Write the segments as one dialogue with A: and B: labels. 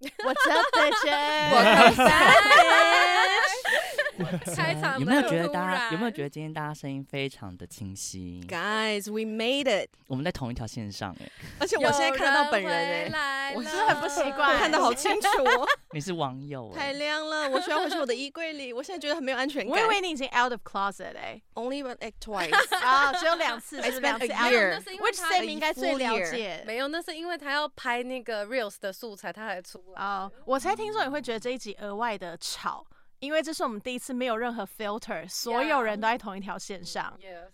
A: What's up,
B: Welcome
A: bitches？
B: back 开场
C: 嗯有没有觉得
B: 突
C: 大家
B: 然
C: 有没有觉得今天大家声音非常的清晰？
A: Guys, we made it！
C: 我们在同一条线上哎、
A: 而且我现在看得到本人哎、
B: 哎
A: 我真的很不习惯我看得好清楚哦，
C: 你是网友
A: 太
C: 哎、
A: 亮了，我需要回去我的衣柜里。我现在觉得很没有安全
D: 我
A: 感
D: 以。为你已经 out of closet 哎、
A: Only one act twice，
D: 啊，只有两次，是
A: I
D: 不是两次
A: spent a
D: out
A: year
D: of- Which Sam 应该最了解。
B: 没有，那是因为他要拍那个 reels 的素材，他才出来。
D: 哦我猜听众也会觉得这一集额外的吵，因为这是我们第一次没有任何 filter，所有人都在同一条线上。
B: Yes，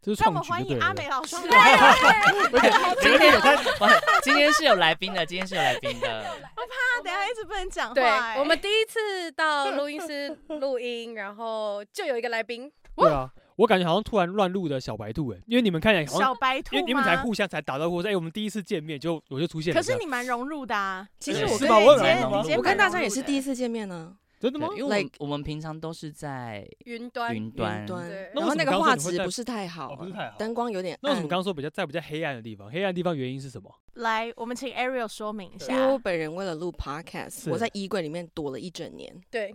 E: 就是
D: 让
E: 创
D: 我们欢
E: 举就对
D: 迎
E: 了
D: 阿。美老师，啊
C: 今天有在，哇今天是有来宾的，今天是有来宾的。
D: 他等一下一直不能讲话、
B: 对
D: 哎，
B: 我们第一次到录音室录音，然后就有一个来宾，
E: 对啊，我感觉好像突然乱入的小白兔哎，因为你们看起来好
D: 哦
E: 像，
D: 小白兔
E: 因为你们才
D: 吗
E: 互相才打招呼说，哎、我们第一次见面就我就出现了
D: 可是
E: 这样。
D: 你蛮融入的啊，
A: 其实我
E: 是
A: 跟
E: 吧？
C: 你
E: 我
C: 今天你今
E: 很
C: 天
A: 我
E: 我
A: 跟
D: 蛮
A: 大家也是
D: 融入的
A: 第一次见面啊呢、
E: 真的吗？
C: 对因为我们我们平常都是在
B: 云端。
C: 云
A: 云
C: 端，
A: 端
B: 对，
E: 那
A: 然
E: 为
A: 后
E: 什
A: 那
E: 么
A: 个
E: 刚
A: 画
E: 刚说
A: 质
E: 你会在
A: 不是太好啊、
E: 哦不是太好
A: 灯光有点
E: 那为什
A: 暗
E: 么。刚刚说比较在比较黑暗的地方？黑暗地方原因是什么？
D: 来，我们请 Ariel 说明一下
A: 因。为我本人为了录 podcast，
E: 是
A: 我在衣柜里面躲了一整年。
B: 对，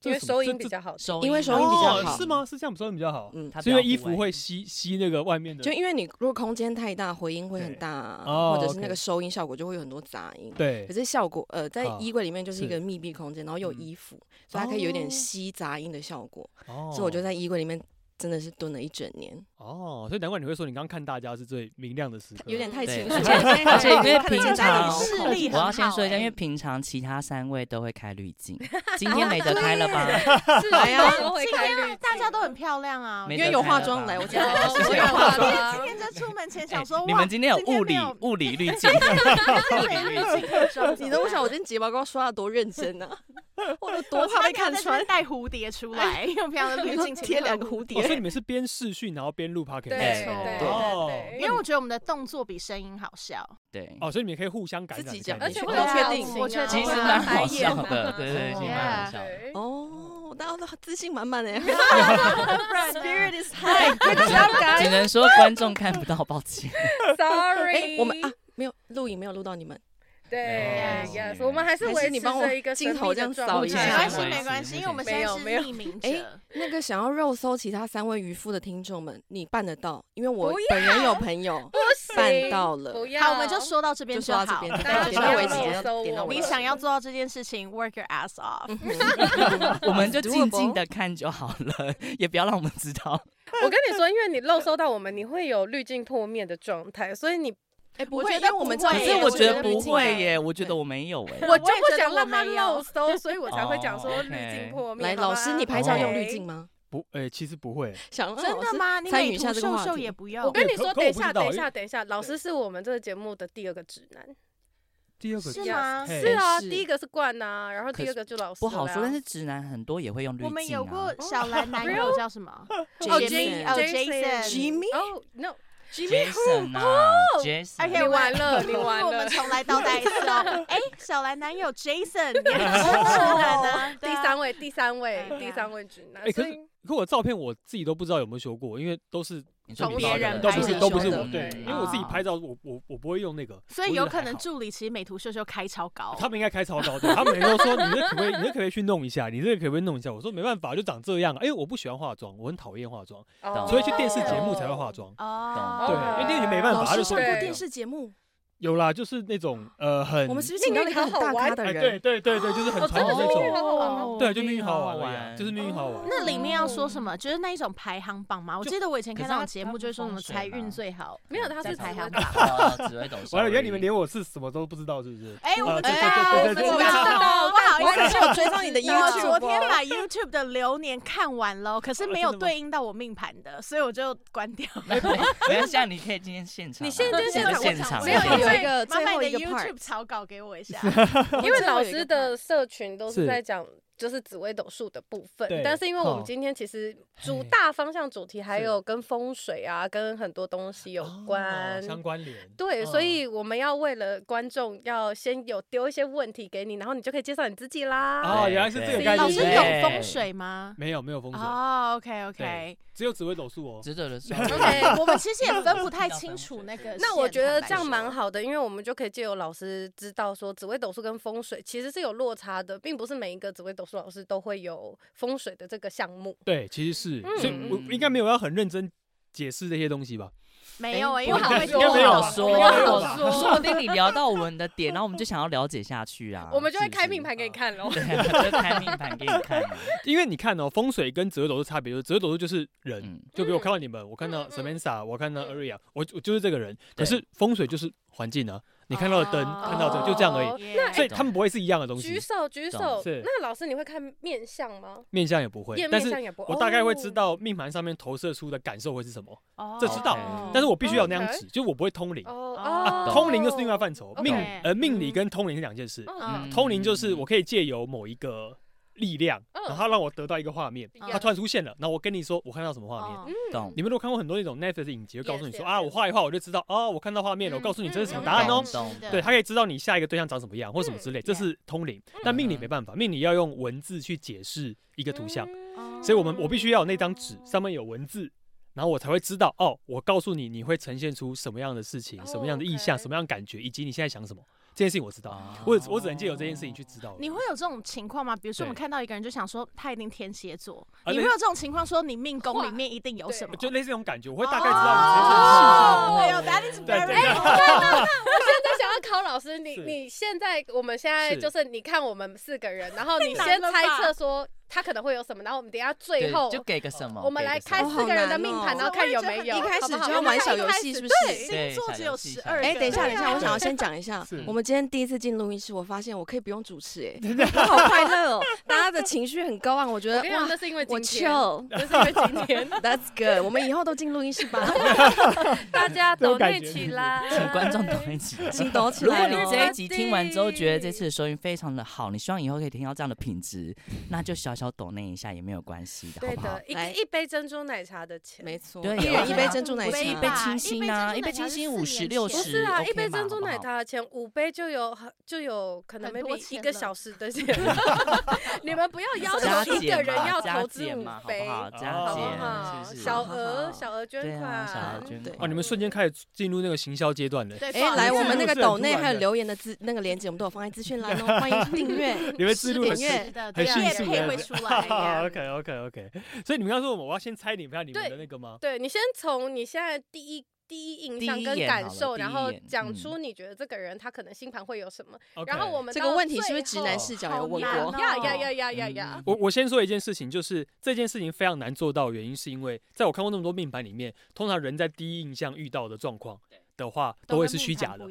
E: 这
B: 因为
E: 是什么
B: 收
E: 这
B: 音比
E: 这
B: 较好。
C: 收
A: 因为收
C: 音
A: 音比较
E: 哦
A: 好
E: 是吗？是这样，收音比较好，
A: 嗯，
C: 它
E: 是因为衣
C: 比较
E: 服
C: 户外
E: 会吸吸那个外面的，
A: 就因为你如果空间太大，回音会很大啊，
E: 对哦
A: 或者是那
E: OK
A: 个收音效果就会有很多杂音。
E: 对
A: 可，是效果，呃，在
E: 好
A: 衣柜里面就是一
E: 是
A: 个密闭空间，然后有
E: 嗯
A: 衣服，所以它可以有点
E: 哦
A: 吸杂音的效果。
E: 哦
A: 所以我就在衣柜里面真的是蹲了一整年，
E: 哦，所以难怪你会说你刚刚看大家是最明亮的时刻，
A: 有点太
C: 对
A: 清
C: 而
A: 楚
C: 且
A: 了。
C: 而且因为
D: 看得
C: 平
D: 见
C: 常
D: 但是视力
C: 我要
D: 很
C: 先
D: 好
C: 说一下，
D: 欸
C: 因为平常其他三位都会开滤镜，今天没得开了吧？
B: 是
D: 啊
A: 哎呀
B: 都会开滤镜
D: 大家都很漂亮啊，
C: 没
A: 因为有化妆来，我今
B: 有，
A: 天才
C: 是
B: 我
C: 这
B: 有
C: 样
B: 化
D: 今
B: 妆。
D: 天在出门前
C: 哎
D: 想说，哇，
C: 你们今天有
D: 今天
C: 物理
D: 没有
C: 物理滤镜，物理滤 镜。
A: 你都不晓得我今天睫毛膏刷的多认真 呢、啊，我有多怕被看穿，
D: 带蝴蝶出来，用漂亮的滤
A: 然后
D: 镜
A: 贴两个。蝴
E: 哦，所
A: 蝶。
E: 以你们是边视讯然后边录 podcast，
B: 对
C: 没
B: 对
C: 错
B: 对
E: 哦
B: 对，
D: 因为我觉得我们的动作比声音好笑，
C: 对，
E: 哦，所以你们可以互相感染
A: 自己
E: 的
A: 讲
E: 概
B: 而
E: 念，
B: 且
A: 我
B: 会
A: 不
B: 有
A: 确
B: 表
A: 定
B: 情啊
D: 我确定
C: 其实
D: 我
C: 蛮
D: 白
C: 好
D: 眼
C: 笑
D: 嘛
C: 的，对对，
D: 哦
C: 其实蛮好笑的。
B: 对
A: 哦，大家都自信满 满哎
D: Spirit
A: ，Spirit is high。
C: 只能说观众看不到，抱歉。
A: 哎，
B: Sorry，
A: 我们啊，没有录影，没有录到你们。
B: 对哎
C: 没有
B: ，Yes，我们还是
A: 还
B: 维
A: 是你
B: 持
A: 帮我
B: 着一个
A: 镜
B: 神
A: 头
B: 秘
A: 这
B: 的
A: 样
B: 状
A: 扫
B: 态
D: 没
A: 一下
D: 关系
C: 没
D: 没
C: 关
D: 关
C: 系
D: 系，因为我们现
B: 没
D: 在
B: 有
D: 是
B: 没有
D: 匿名者
A: 哎。那个想要肉搜其他三位渔夫的听众们，你办得到，因为我
B: 不
A: 本人有朋友
B: 不行，
A: 办到了
B: 不要，
D: 好，我们就说到这边
A: 就说到这
D: 好。
A: 边
B: 大家
D: 对
B: 不
D: 就
B: 要
D: 是
A: 为止
D: 这样
B: 肉搜
A: 点到
B: 我
A: 为
B: 们，
D: 你想要做到这件事情，work your ass off。
C: 我们就静静的看就好了，也不要让我们知道。
B: 我跟你说，因为你漏收到我们，你会有滤镜破灭的状态，所以 你
A: 哎，不
D: 我
A: 会，
D: 觉
A: 因
D: 得
A: 为我
D: 不
A: 们
D: 会
A: 照
C: 可
D: 耶
A: 片
C: 是
A: 也
C: 我
D: 我
C: 觉
D: 觉
C: 得
D: 得
C: 不
D: 滤镜啊
C: 会耶，我觉得我没有哎。
B: 我就
D: 也
B: 不
D: 觉得
B: 想
D: 我
B: 让它
D: 没有
B: 漏收，所以我才会讲说
C: 哦
B: 滤镜破灭。
A: 来，老师，你拍照用滤镜
B: 吗？
A: 吗？
E: 不，哎，其实不会，
A: 想
D: 哦真的？吗？你
A: 参与
D: 美
A: 一下
D: 图
A: 这个话
D: 秀
A: 题
D: 秀也不要
B: 我，跟你说，
E: 可可
B: 等
E: 我
B: 一
E: 不
B: 下，
E: 知道
B: 等一
E: 因
B: 下，
E: 为
B: 等一下，老师是我们这个节目的第二个指南。
E: 第二个
D: 是吗？
E: 嘿
B: 是啊，
C: 是
B: 第一个是冠呐，然后
C: 可
B: 第
C: 是
B: 二个就老师
C: 不好
B: 了
C: 说，
B: 啊
C: 但是直男很多也会用滤镜、啊。
D: 我们有过小蓝 男友叫什么？
B: 哦
A: Jason
B: Jimmy，
D: 哦
B: Jason
D: Jason。
A: Jimmy，
B: 哦，no，
C: Jason 啊，Jason，
B: 你
D: OK，
B: 完了，你
D: 因为
B: 完
D: 哎我们
B: 了。
D: 从来到再一次哦。哎，小蓝男友 Jason 也很是直男啊，
B: 第
D: 对啊
B: 三位，第三位
D: 哎，呀
B: 第三位直男
E: 哎。可
B: 所
E: 是
B: 以
E: 可我照片我自己都不知道有没有修过，因为都是
C: 你说
B: 从
C: 你
B: 别
C: 爸
B: 人
C: 的
E: 都
B: 拍
E: 不是
B: 的
E: 都不是
B: 修
E: 我
B: 的
E: 对，
B: 对
E: 因为我自己拍照，我我我不会用那个，
D: 所以
E: 我觉
D: 有
E: 得
D: 可
E: 还
D: 能
E: 好
D: 助理其实美图秀秀开超
B: 哦
D: 高，
E: 他们应该开超高的，他们每个都说你这可不可以，你这可不可以去弄一下，你这可不可以弄一下？我说没办法，就长这样。哎，我不喜欢化妆，我很讨厌化妆，
B: 哦
C: 懂
E: 哦所以去电视节目才会化。妆。
D: 哦，
C: 懂
E: 对，因为电视没办
A: 老
E: 法，他
A: 师
E: 就
A: 上
E: 说
A: 过
B: 对
A: 电视节目，
E: 有啦，就是那种呃很，
A: 我们是不是请到了一个很大咖的
E: 哎
A: 人？
E: 对对对对，就是很
B: 哦真
E: 传
B: 的
E: 统
B: 是
E: 那
B: 命运
E: 种，
B: 好好玩吗。
E: 对，就命哦运好玩而已
C: 哦
E: 啊，就是命运好玩。
D: 那里面要说什么？就是那一种排行榜嘛。我记得我以前看到的节目就是说什么财运最好，
B: 没有，他
D: 在
B: 是
D: 排
B: 指
D: 行
B: 纹
D: 榜。
C: 哦，只会 懂。
E: 完了，原来你们连我是什么都不知道，是不是？
D: 哎，我们
E: 呃
D: 知
E: 对
D: 道，
E: 对对对
D: 我
E: 对
D: 们知
E: 对
D: 道，不好意
A: 我
D: 思
A: 可。是有追踪你的
D: 我
A: YouTube，
D: 昨天
A: 哦
D: 把 YouTube 的流年看完了，可是没有对应到我命盘的，所以我就关掉。
C: 没没关系啊，你可以今天现场啊。
B: 你现在就是
C: 现
B: 现
C: 场
B: 场
C: 啊，
A: 没有
B: 因为
A: 有一个
D: 麻
A: 最
D: 烦
A: 后
D: 你
A: 一
D: 的
A: 个
D: YouTube
A: part，
D: 草稿给我一下。
A: 我们
B: 因为
A: 最后
B: 老
A: 有一个
B: 师的社群都是
E: 是
B: 在讲就是紫微斗数的部分
E: 对。
B: 但是因为我们
E: 哦
B: 今天其实主
E: 嘿
B: 大方向主题还
E: 是
B: 有跟风水啊，跟很多东西有
E: 哎哦
B: 关。
E: 相关联。
B: 对，所
E: 嗯
B: 以我们要为了观众，要先有丢一些问题给你，然后你就可以介绍你自己啦。
E: 哦，
C: 对
E: 原来是这个
C: 对
E: 概
D: 老
E: 念。
D: 师
C: 对
D: 有风水吗？
E: 没有没有风水，
D: 哦，OK OK，
E: 对只有紫微斗数哦。
C: 值得的说。
B: OK，
D: 我们其实也分不太清楚那个线。
B: 那我觉得这样
D: 坦白
B: 蛮
D: 说。
B: 好的，因为我们就可以借由老师知道说，紫微斗数跟风水其实是有落差的，并不是每一个紫微斗数老师都会有风水的这个项目。
E: 对，其实是，所以我
C: 嗯
E: 应该没有要很认真解释这些东西吧？
D: 没有
C: 哎
D: 哎，因为
C: 不
D: 我会
C: 好
D: 做
C: 说，不好
D: 我们要
C: 说，
E: 没有吧
D: 好
C: 说
D: 说。
C: 不定你聊到我们的点，然后我们就想要了解下去啊。
B: 我们就会
C: 是不
B: 开
C: 是
B: 命盘给你看 喽。
C: 对啊，就开命盘给你看啊。
E: 因为你看哦，风水跟紫微斗数差别就是紫微斗数就是人，
C: 嗯，
E: 就比如我看到你们，我看到
B: 嗯嗯嗯
E: Samantha，我看到 Aria，我我就是这个人。可
C: 对
E: 是风水就是环境啊，你看到的灯，
D: 哦
E: 看到这个就这样而已。
B: 哦
D: 耶
B: 那
E: 所以
B: 哎
E: 他们不会是一样的东
B: 举
E: 西，
B: 手举
C: 懂
B: 手
E: 是，
B: 那老师你会看面相吗？
E: 面相也不会
B: 面，
E: 但
B: 面相
E: 是
B: 也不，
E: 我大概会
B: 哦
E: 知。道命盘上面投射出的感受会是什么，
D: 哦
E: 这知道
C: 哦
E: 但是我必须要有那样
B: OK
E: 指，就我不会通灵。
B: 哦
D: 啊
B: 哦，
E: 通灵又是另外范畴，
B: OK
E: 命
D: 嗯
E: 呃命理跟通灵是两件事。
B: 嗯。
E: 通灵就是我可以借由某一个力量，
B: 嗯
E: 然后它让我得到一个画面，
B: 嗯
E: 它突然出现了，那我跟你说我看到什么画面。
D: 哦
B: 嗯
C: 懂
E: 你们都看过很多那种 Netflix 影集，会告诉你
B: Yes,
E: 说
B: yes,
E: 啊，
B: yes
E: 我画一画我就知道哦，我看到画面了，
B: 嗯
E: 我告诉你这是什
B: 嗯
E: 么答案哦
C: 嗯。懂
D: 是的
E: 对，它可以知道你下一个对象长什么样或什么之类，这是通灵。但命理没办法，命理要用文字去解释一个图像，
B: 嗯
E: 所以我们我必须要有那张纸上面有文字。然后我才会知道哦，我告诉你你会呈现出什么样的事情，
B: 哦
E: 什么样的意象，
B: ，OK
E: 什么样的感觉，以及你现在想什么，这件事情我知道。
C: 哦
E: 我只我只能借由这件事情去知道而已。
D: 你
B: 啊
D: 会有这种情况吗？比如说我们
E: 对
D: 看到一个人就想说他一定天蝎座，
E: 啊
D: 你
E: 那
D: 会有这种情况说你命宫
B: 哇
D: 里面一定有什么？
E: 就类似这种感觉，我会
D: 我
E: 大概知道
D: 没有，That is
E: 你呈
D: very
E: 现的是什么。对对对，
B: 啊那想要考老师，你
E: 是
B: 你现在我们现在
E: 是
B: 就是你看我们四个人，然后你
D: 难
B: 先
D: 了
B: 猜
D: 吧
B: 测说他可能会有什么，然后我们等一下
C: 对
B: 最后
C: 就给个什么，
B: 我们
C: 给个
B: 来
C: 什
B: 开
C: 么
A: 哦
B: 四
A: 好
B: 个人的
A: 难
B: 命
A: 哦
B: 盘，然后看有没有
D: 一
A: 开始
B: 好不好
A: 就要
B: 因为
A: 玩
B: 他
A: 小
B: 一
A: 游
B: 开
A: 戏
B: 始
A: 是不
B: 对
A: 是
C: 对
D: 星座
C: 小
D: 只
C: 游
D: 有
C: 戏
D: 十
C: 小
D: 二
C: 游
A: 哎、
C: 戏
A: 等一下，
D: 对
A: 等一下，
D: 啊
A: 我想要先讲一下
E: 是，
A: 我
B: 哦
A: 们今天第一次进录音室，我发现我可以不用主持、哎，我好快乐哦，大家的情绪很高昂，我觉
B: 我
A: 得
B: 跟你讲，
A: 哇
B: 那，是因为
A: 呃我
B: 今天，
A: chill。
B: 那是因为今天
A: That's good，我们以后都进录音室吧，
B: 大 家
E: 这
B: 抖
E: 种感
B: 内
E: 觉
B: 起来，
C: 请观众懂一起。
A: 请抖起
C: 如果
A: 来
C: 你
A: 咯。
C: 这一集听完之后觉得这次的收音非常的好，你希望以后可以听到这样的品质，那就小小抖那一下也没有关系的，好
B: 对
C: 不好
B: 的，？一
A: 来
B: 一杯珍珠奶茶的钱，
A: 没错，
C: 对
A: 一人一
D: 我
A: 杯
D: 知道
A: 珍珠奶
D: 我
A: 茶，
D: 是一
C: 一杯清
D: 一杯珍
C: 新啊，
D: 珠奶茶
C: 一杯清新
D: 是
C: 五
D: 四
C: 十
D: 年
C: 六
D: 前
B: 不
C: 十，
B: 是啊，一
C: OK
B: 杯珍
C: 嘛
B: 珠奶。
C: 好
B: 茶的钱五杯就有很就有可能
D: 很多
B: maybe
D: 钱
B: 一个
D: 了
B: 小时的钱， 你们不要要
C: 不好加
B: 求一
C: 减
B: 个
C: 嘛
B: 人要
C: 加
B: 投资
C: 减
B: 五
C: 嘛好
B: 杯
C: 不，好？
E: 好
C: 加
D: 哦
B: 好不
E: 减
B: 好？
C: 减是不是？
B: 小
A: 好
B: 额
A: 好
B: 小额
C: 对
B: 捐
C: 啊，小
B: 款
C: 额，捐
A: 对
C: 款。
E: 哦，你们瞬间开始进入那个行销阶段了。
D: 对，
A: 哎、来，我们那个
E: 是不是很
A: 抖内
E: 突然
A: 还有
E: 的
A: 留言的资那个链接，我们都有放在资讯栏哦，欢迎订阅。
E: 你们自录
A: 点
E: 很
A: 阅点
E: 迅
D: 是的，
E: 很
D: 对
E: 迅
D: 业
E: 速
D: 配
E: 的
D: 会出来 呀。
E: OK OK OK，所以你们刚刚说我要先猜你们一下你们的那个吗？
B: 对你先从你现在第一。第一印
C: 第
B: 象
C: 一
B: 跟
C: 眼
B: 感
C: 好了
B: 受，
C: 第
B: 然
C: 一
B: 后
C: 眼
B: 讲
C: 嗯
B: 出你觉得这个人他可能星盘会有什么，
E: OK
B: 然后我们
A: 这个
B: 到
A: 问题是不
B: 最
A: 是直男
B: 后
A: 视角有问
D: 好
A: 过
D: 难？
B: 呀
D: 哦
B: 呀呀呀哎呀呀！
E: 我我先说一件事情，就是这件事情非常难做到，原因是因为在我看过那么多命盘里面，通常人在第一印象遇到的状况的话，都会是虚假的。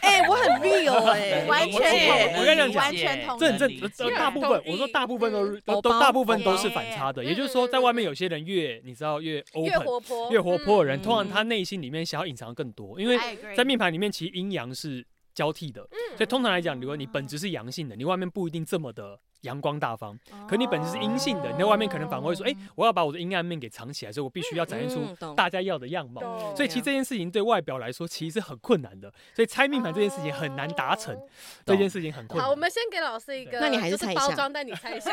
A: 哎、我很 real 哎、
D: 完全
E: 我我我跟你讲
D: 完全同
E: 这
D: 意
E: 很正，呃大部分我说大部分都是都
A: 偶
E: 都
A: 包
E: 大部分
D: 偶
E: 都
D: 包
E: 是反差的，也就是说，在外面有些人越你知道越
B: 越
E: open
B: 活泼，哦
E: 嗯越活泼的人，
A: 嗯
E: 通常他内心里面想要隐藏更多，因为在命盘里面其实阴阳是交替的，
B: 嗯，
E: 所以通常来讲，如果你本质是阳性的，你外面不一定这么的阳光大方。可你本质是
D: 哦
E: 阴性的，你在外面可能反而会说，哎、我要把我的阴暗面给藏起来，所以我必须要展现出
A: 嗯懂
E: 大家要的样貌。
B: 懂
E: 所以其实这件事情对外表来说其实是很困难的，所以猜命盘这件事情很难达成，这件事情很困
B: 哦
E: 难。
B: 好，我们先给老师一个，
A: 那你还是
B: 就是
A: 猜一
B: 包
A: 下
B: 装，但你猜一下。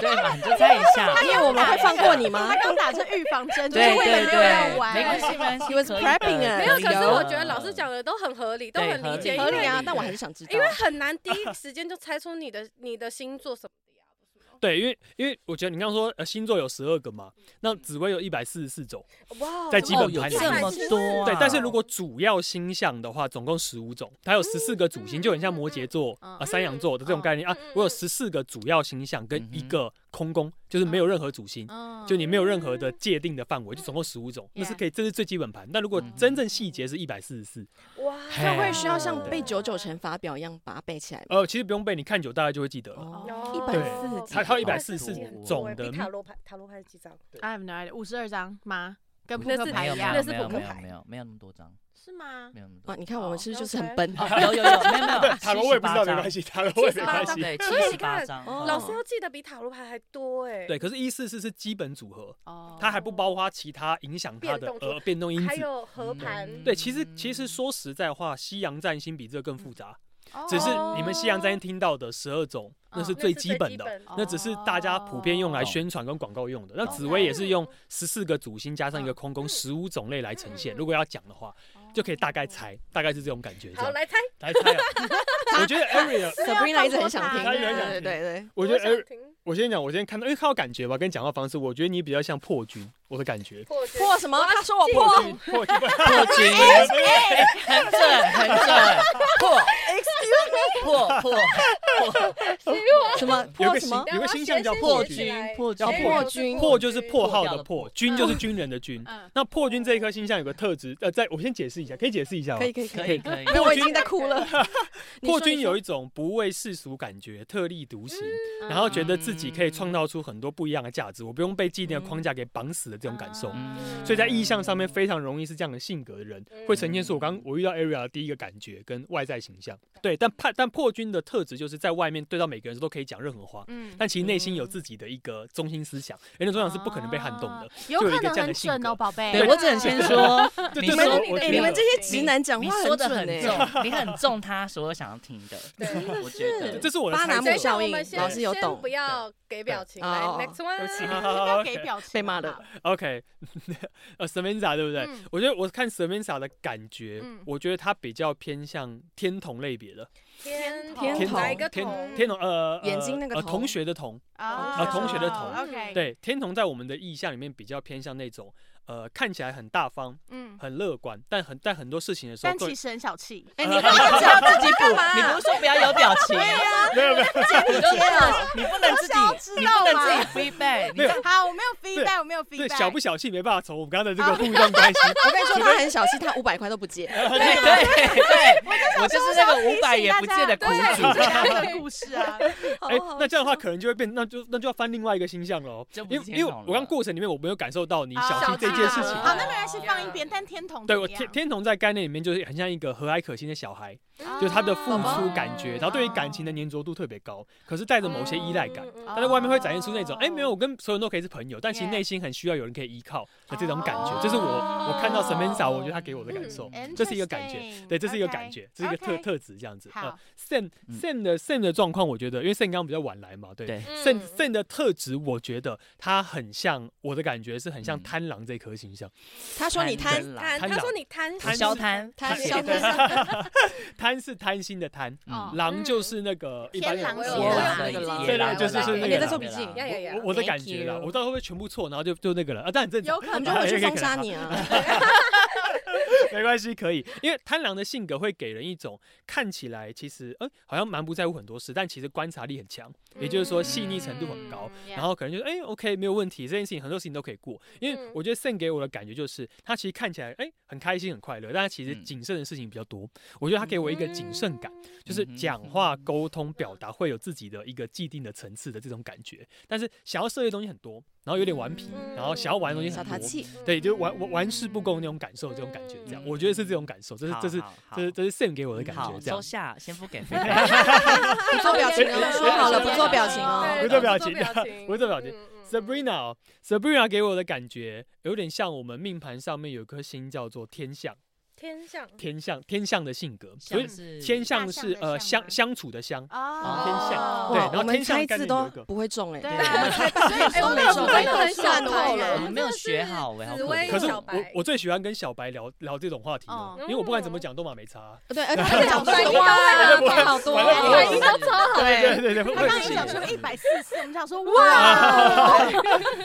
C: 对嘛？你就猜一下。
D: 哎
A: 因为我们会放过你吗
D: 他刚打着预防 针，就是
C: 对
D: 为
C: 对
D: 了没
C: 对
D: 有要，
C: 没关
D: 玩。
C: 系，没关系。
A: He was
C: 可以
A: prepping
C: 的
A: us
E: 哎
B: 没有，可是我
A: 有
B: 觉得老师讲的都很合理，都
C: 对
B: 很理解，
C: 理
B: 因
A: 合
B: 为
A: 理啊，但我还
B: 是
A: 是想知道，
B: 因为很难第一时间就猜出你的你的星座什么的呀。
E: 对，因为因为我觉得你刚刚说呃星座有十二个嘛，那紫微有一百四十四种，
B: 哇，
E: 在基
C: 哦，
E: 本
C: 有
E: 盘
C: 这么多啊。
E: 对，但是 如果主要星象的话，总共十五种，它有十四个主星，就很像摩羯座
D: 嗯
E: 啊、山羊座的这种概念啊
B: 嗯嗯嗯。
E: 我有十四个主要星象跟一
C: 嗯哼
E: 个空宫，就是没有任何主星，
D: 嗯
E: 就你没有任何的界定的范围，就总共十五种，那是可以，这是最基本盘。那如果
C: 嗯
E: 真正细节是一百四十四，
B: 哇，
A: 就
E: 嘿
A: 会需要像背九九乘法表一样把它背起来了。
E: 呃，其实不用背，你看久大概就会记得了。
D: 哦
A: 一百四十
E: 它它有一百四
B: 140
E: 十
B: 很多
E: 种
B: 哎
E: 的
B: 比塔罗牌塔罗牌是几张？
D: I have no idea，五十二张吗？跟扑
B: 那
D: 克
B: 是
D: 牌
C: 没有
D: 一
C: 没
D: 样
C: 有
B: 那
C: 没
B: 是
C: 有
B: 扑
C: 没
B: 克
C: 有
B: 牌
C: 没有没有那么多张，
D: 是吗？
C: 没有那么多
A: 哇，
C: 张。
A: 你看我们
D: 哦
A: 是不是就是
D: OK
A: 很笨？
C: 有有有，没有没有，
E: 塔罗我也不知
C: 78
E: 道，没
C: 张
E: 关系，塔罗我也没
B: 78
E: 关
B: 张
E: 系。
C: 对，
B: 所以
C: 七十
B: 你
C: 八
B: 看
C: 张。
A: 哦
B: 老师要记得比塔罗牌还多哎、
E: 对，可是一四四是基本组合，
D: 哦
E: 它还不包括其他影响它的
B: 变动
E: 呃变动因
B: 还
E: 子。
B: 有合盘，
C: 嗯
E: 对，其实其实说实在话，西洋占星比这更复杂，
D: 哦
E: 只是你们西洋占星听到的十二种，那是
D: 嗯
E: 最基本的。
D: 哦
E: 那只是大家普遍用来宣传跟广告用的。那紫薇也是用十四个主星加上一个空宫，十五种类来呈现。
B: 嗯嗯
E: 如果要讲的话，就可以大概猜，大概是这种感觉。这
B: 好
E: 样
B: 来猜，
E: 来猜啊。我觉得 Ariel，
A: Sabrina 一直很想听，
E: 他一直
A: 对
E: 很想
A: 对
E: 听
A: 对对，
E: 我觉得呃 Ariel，
B: 停
E: 我先讲，我先看到，因为靠感觉吧，跟你讲话方式，我觉得你比较像破军，我的感觉。
B: 破局
A: 破什么？他说我破
E: 军，破军，
C: 破军，哎很准很准，破破破
A: 什么
E: 有
A: 破
E: 个
A: 什
E: 星
A: 么？
E: 有个星象叫
C: 破
E: 破军，
C: 军破
E: 然后
C: 军
E: 破
A: 军
E: 破就是破号
C: 掉
E: 的
C: 的
E: 破
C: 破，
E: 军就是军人的军。
D: 嗯，
E: 那破军这一颗星象有个特质，呃，在我先解释一下，可以解释一下吗？哦
A: 可以可以
C: 可
A: 以，
C: 以可以
A: 因，为我已经在哭了。你说
E: 破军
A: 你说
E: 有一种不畏世俗感觉、特立独行，
A: 嗯
E: 然后觉得自己可以创造出很多不一样的价值，我不用被既定的框
A: 嗯
E: 架给绑死的这种感受。
A: 啊
C: 嗯
E: 所以在意向上面非常容易是这样的性格的人，
B: 嗯
E: 会呈现出我刚我遇到 Ariel 的第一个感觉跟外在形象。对，但破但破军的特质就是在外面对到每个人都可以讲任何话，
D: 嗯，
E: 但其实内心有自己的一个中心思想，人的中心是不可能被撼动的。
D: 哦有
E: 就有一
D: 可
E: 个
D: 能
E: 这
D: 很
E: 样的性
D: 准
E: 格
D: 哦，宝贝。
C: 对我只能先说，
E: 这
C: 你
E: 这
A: 你们
E: 是我我
A: 哎
E: 觉
A: 你们
E: 得
A: 这些直男讲
C: 你
A: 话
C: 说的
A: 准
C: 很
A: 哎，
C: 重，你很重他所有想要听的，我觉得
E: 这这是我的
A: 巴
E: 猜
A: 拿
E: 测
A: 木效应
B: 我们，先
A: 老师有
B: 先
A: 懂
B: 不。要给表情，
A: 对
B: 来
A: 哦
B: next
E: 对不起
B: one。
D: 应该给
E: ，OK
D: 表情
A: 被骂
D: 好不
A: 的
D: 好
E: OK，呃，Samantha 对不对？
D: 嗯
E: 我觉得我看 Samantha 的感觉，
D: 嗯
E: 我觉得她比较偏向天童类别的，
B: 天
A: 天
B: 童
A: 童
B: 哪一个
E: 天
B: 童？
E: 天童呃
A: 眼睛那个
E: 呃
A: 童
E: 同学的童，
D: 啊
E: 同学的同
D: OK，，
E: 对，天童在我们的意象里面比较偏向那种呃看起来很大方、
D: 嗯，
E: 很乐观，但很在很多事情的时候
D: 但
E: 都
D: 其实很小 气。
A: 哎，你不要 叫自己补
C: 你不
A: 嘛
C: 是？说不要有表情，
E: 没有没有
C: 你就你不能自
D: 我想要
C: 己，
D: 知
C: 你
D: 道
C: 不
D: 嘛
C: 能自己 feedback，你
E: 没有
D: 好，我没有 feedback，我没有
E: 对
D: feedback。
E: 小不小气没办法从我们刚才这个互动关系，
A: 我跟你说，他很小气，他五百块都不借。
C: 对对对，我 就是那
D: 想
C: 个
D: 提
C: 五百
D: 醒
C: 也
D: 大
C: 不
D: 家
C: 借的苦
D: 对
C: 主，
D: 这是他的故事啊，
E: 哎、那这样的话可能就会变，那就那就要翻另外一个星象喽，
C: 就不
E: 因
C: 是
E: 为
C: 天
E: 因为
C: 童
E: 我刚
C: 了
E: 过程里面我没有感受 到你
D: 啊嗯
E: 小
B: 小
E: 气这件事
B: 气
E: 情
B: 啊。
D: 好，那没关系，放一边。但天童
E: 对
D: 怎
E: 我
D: 么
E: 天
D: 样
E: 天童在概念里面就是很像一个和蔼可亲的小孩，
B: 嗯
E: 就是他的付出感
D: 哦
E: 觉，然后对于感情的粘着度特别高，可是带着某些依赖感
B: 嗯。嗯嗯
E: 但是外面会展现出那种，哎，没
D: 哦
E: 有，我跟所有人都可以是朋友，但其实
D: Yeah
E: 内心很需要有人可以依靠的这种感觉
D: 哦，
E: 这是我我看到 Samantha，我觉得他给我的感受，
D: Interesting
E: 这是一个感觉，对，这是一个感
D: OK
E: 觉，这是一个特
D: OK
E: 特质这样子。呃
D: 好，
E: ，Sam
C: 嗯
E: Sam 的 Sam 的状况，我觉得，因为 Sam 刚刚比较晚来嘛，对
C: 对
E: ，Sam
B: 嗯
E: Sam 的特质，我觉得他很像，我的感觉是很像
C: 嗯
E: 贪狼这颗星象，
A: 他说你贪，
B: 贪，
E: 啊贪
B: 他
E: 婪
B: 说你贪
E: 贪
C: 消贪，
A: 贪
E: 贪
A: 消费
E: 贪是贪心的贪，
D: 哦
C: 嗯，
E: 狼就是那个一般
D: 天
E: 人
D: 狼
E: 我
B: 星
E: 我啊
B: 我有啊
C: 那
A: 那个狼
E: 对对就是是
C: 哎
E: 那个
A: 你在
E: 狼
A: 做笔记，
B: 呀呀呀！
E: 啊我我的
A: Thank
E: 感觉啦，我
A: you
E: 不知道会不会全部错，然后就就那个了啊，但很正常
D: 有，可
A: 我
D: 能
A: 们就回去封杀你啊！
E: 没关系，可以，因为贪狼的性格会给人一种看起来其实嗯好像蛮不在乎很多事，但其实观察力很强，也就是说细腻程度很高，
D: 嗯
E: 然后可能就哎、OK 没有问题，这件事情很多事情都可以过，因为
B: 嗯
E: 我觉得 Sen 给我的感觉就是他其实看起来哎、很开心很快乐，但他其实
C: 嗯
E: 谨慎的事情比较多，我觉得他给我一个谨慎感。就是
C: 嗯哼
E: 讲话、沟通、表达会有自己的一个既定的层次的这种感觉，但是想要涉猎的东西很多，然后有点顽皮，
B: 嗯
E: 然后想要玩的东西
A: 小
E: 很
A: 淘
E: 多，
A: 气，
E: 对，就是玩玩玩世不恭那种感受，这种感觉，这样，我觉得是这种感受，这是
C: 嗯好
E: 这是
C: 好好嗯
E: 这是这是 Sam 给我的感
C: 好
E: 觉，这样
C: 收。下，先 不给 feedback。
A: 不做表情哦，说好了不做表情
B: 嗯对
A: 哦。
E: 啊不做表情 不做表情。
B: 嗯嗯嗯
E: Sabrina 哦 Sabrina 给我的感觉有点像我们命盘上面有颗星叫做天象，
B: 天 象
E: 天象天象的性格，所以
C: 像是
E: 天象
D: 大象
E: 是
D: 的
E: 呃
D: 象吗
E: 相相处的相，
D: 哦，
E: 天象
A: 哇
E: 对然，后
A: 我们
E: 天象
A: 猜
E: 概
A: 字
E: 念
A: 都
E: 有一个
A: 不会中哎，
D: 对，
C: 我们
D: 猜
A: 所以我们
D: 没
A: 手
D: 中
A: 背
D: 都
A: 都
D: 很
A: 很
D: 小
A: 小
D: 的
A: 的
B: 哦
C: 我们没有学好哎，好
B: 紫
C: 可
B: 薇
C: 怜
E: 可是
B: 小
E: 我
B: 白
E: 我最喜欢跟小白聊聊这种话题哦
D: 嗯，
E: 因为我不管怎么讲都嘛没差啊。
A: 对，而且他讲出的
B: 反
A: 话
B: 应都会
A: 话好多
E: 反应
A: 哦，
E: 都会
B: 都超好
A: 对，
E: 对对，会
D: 他嗯刚
E: 会有
D: 才
E: 吸
D: 讲
E: 引
D: 出
E: 人
D: 一百四十，我们 想说哇，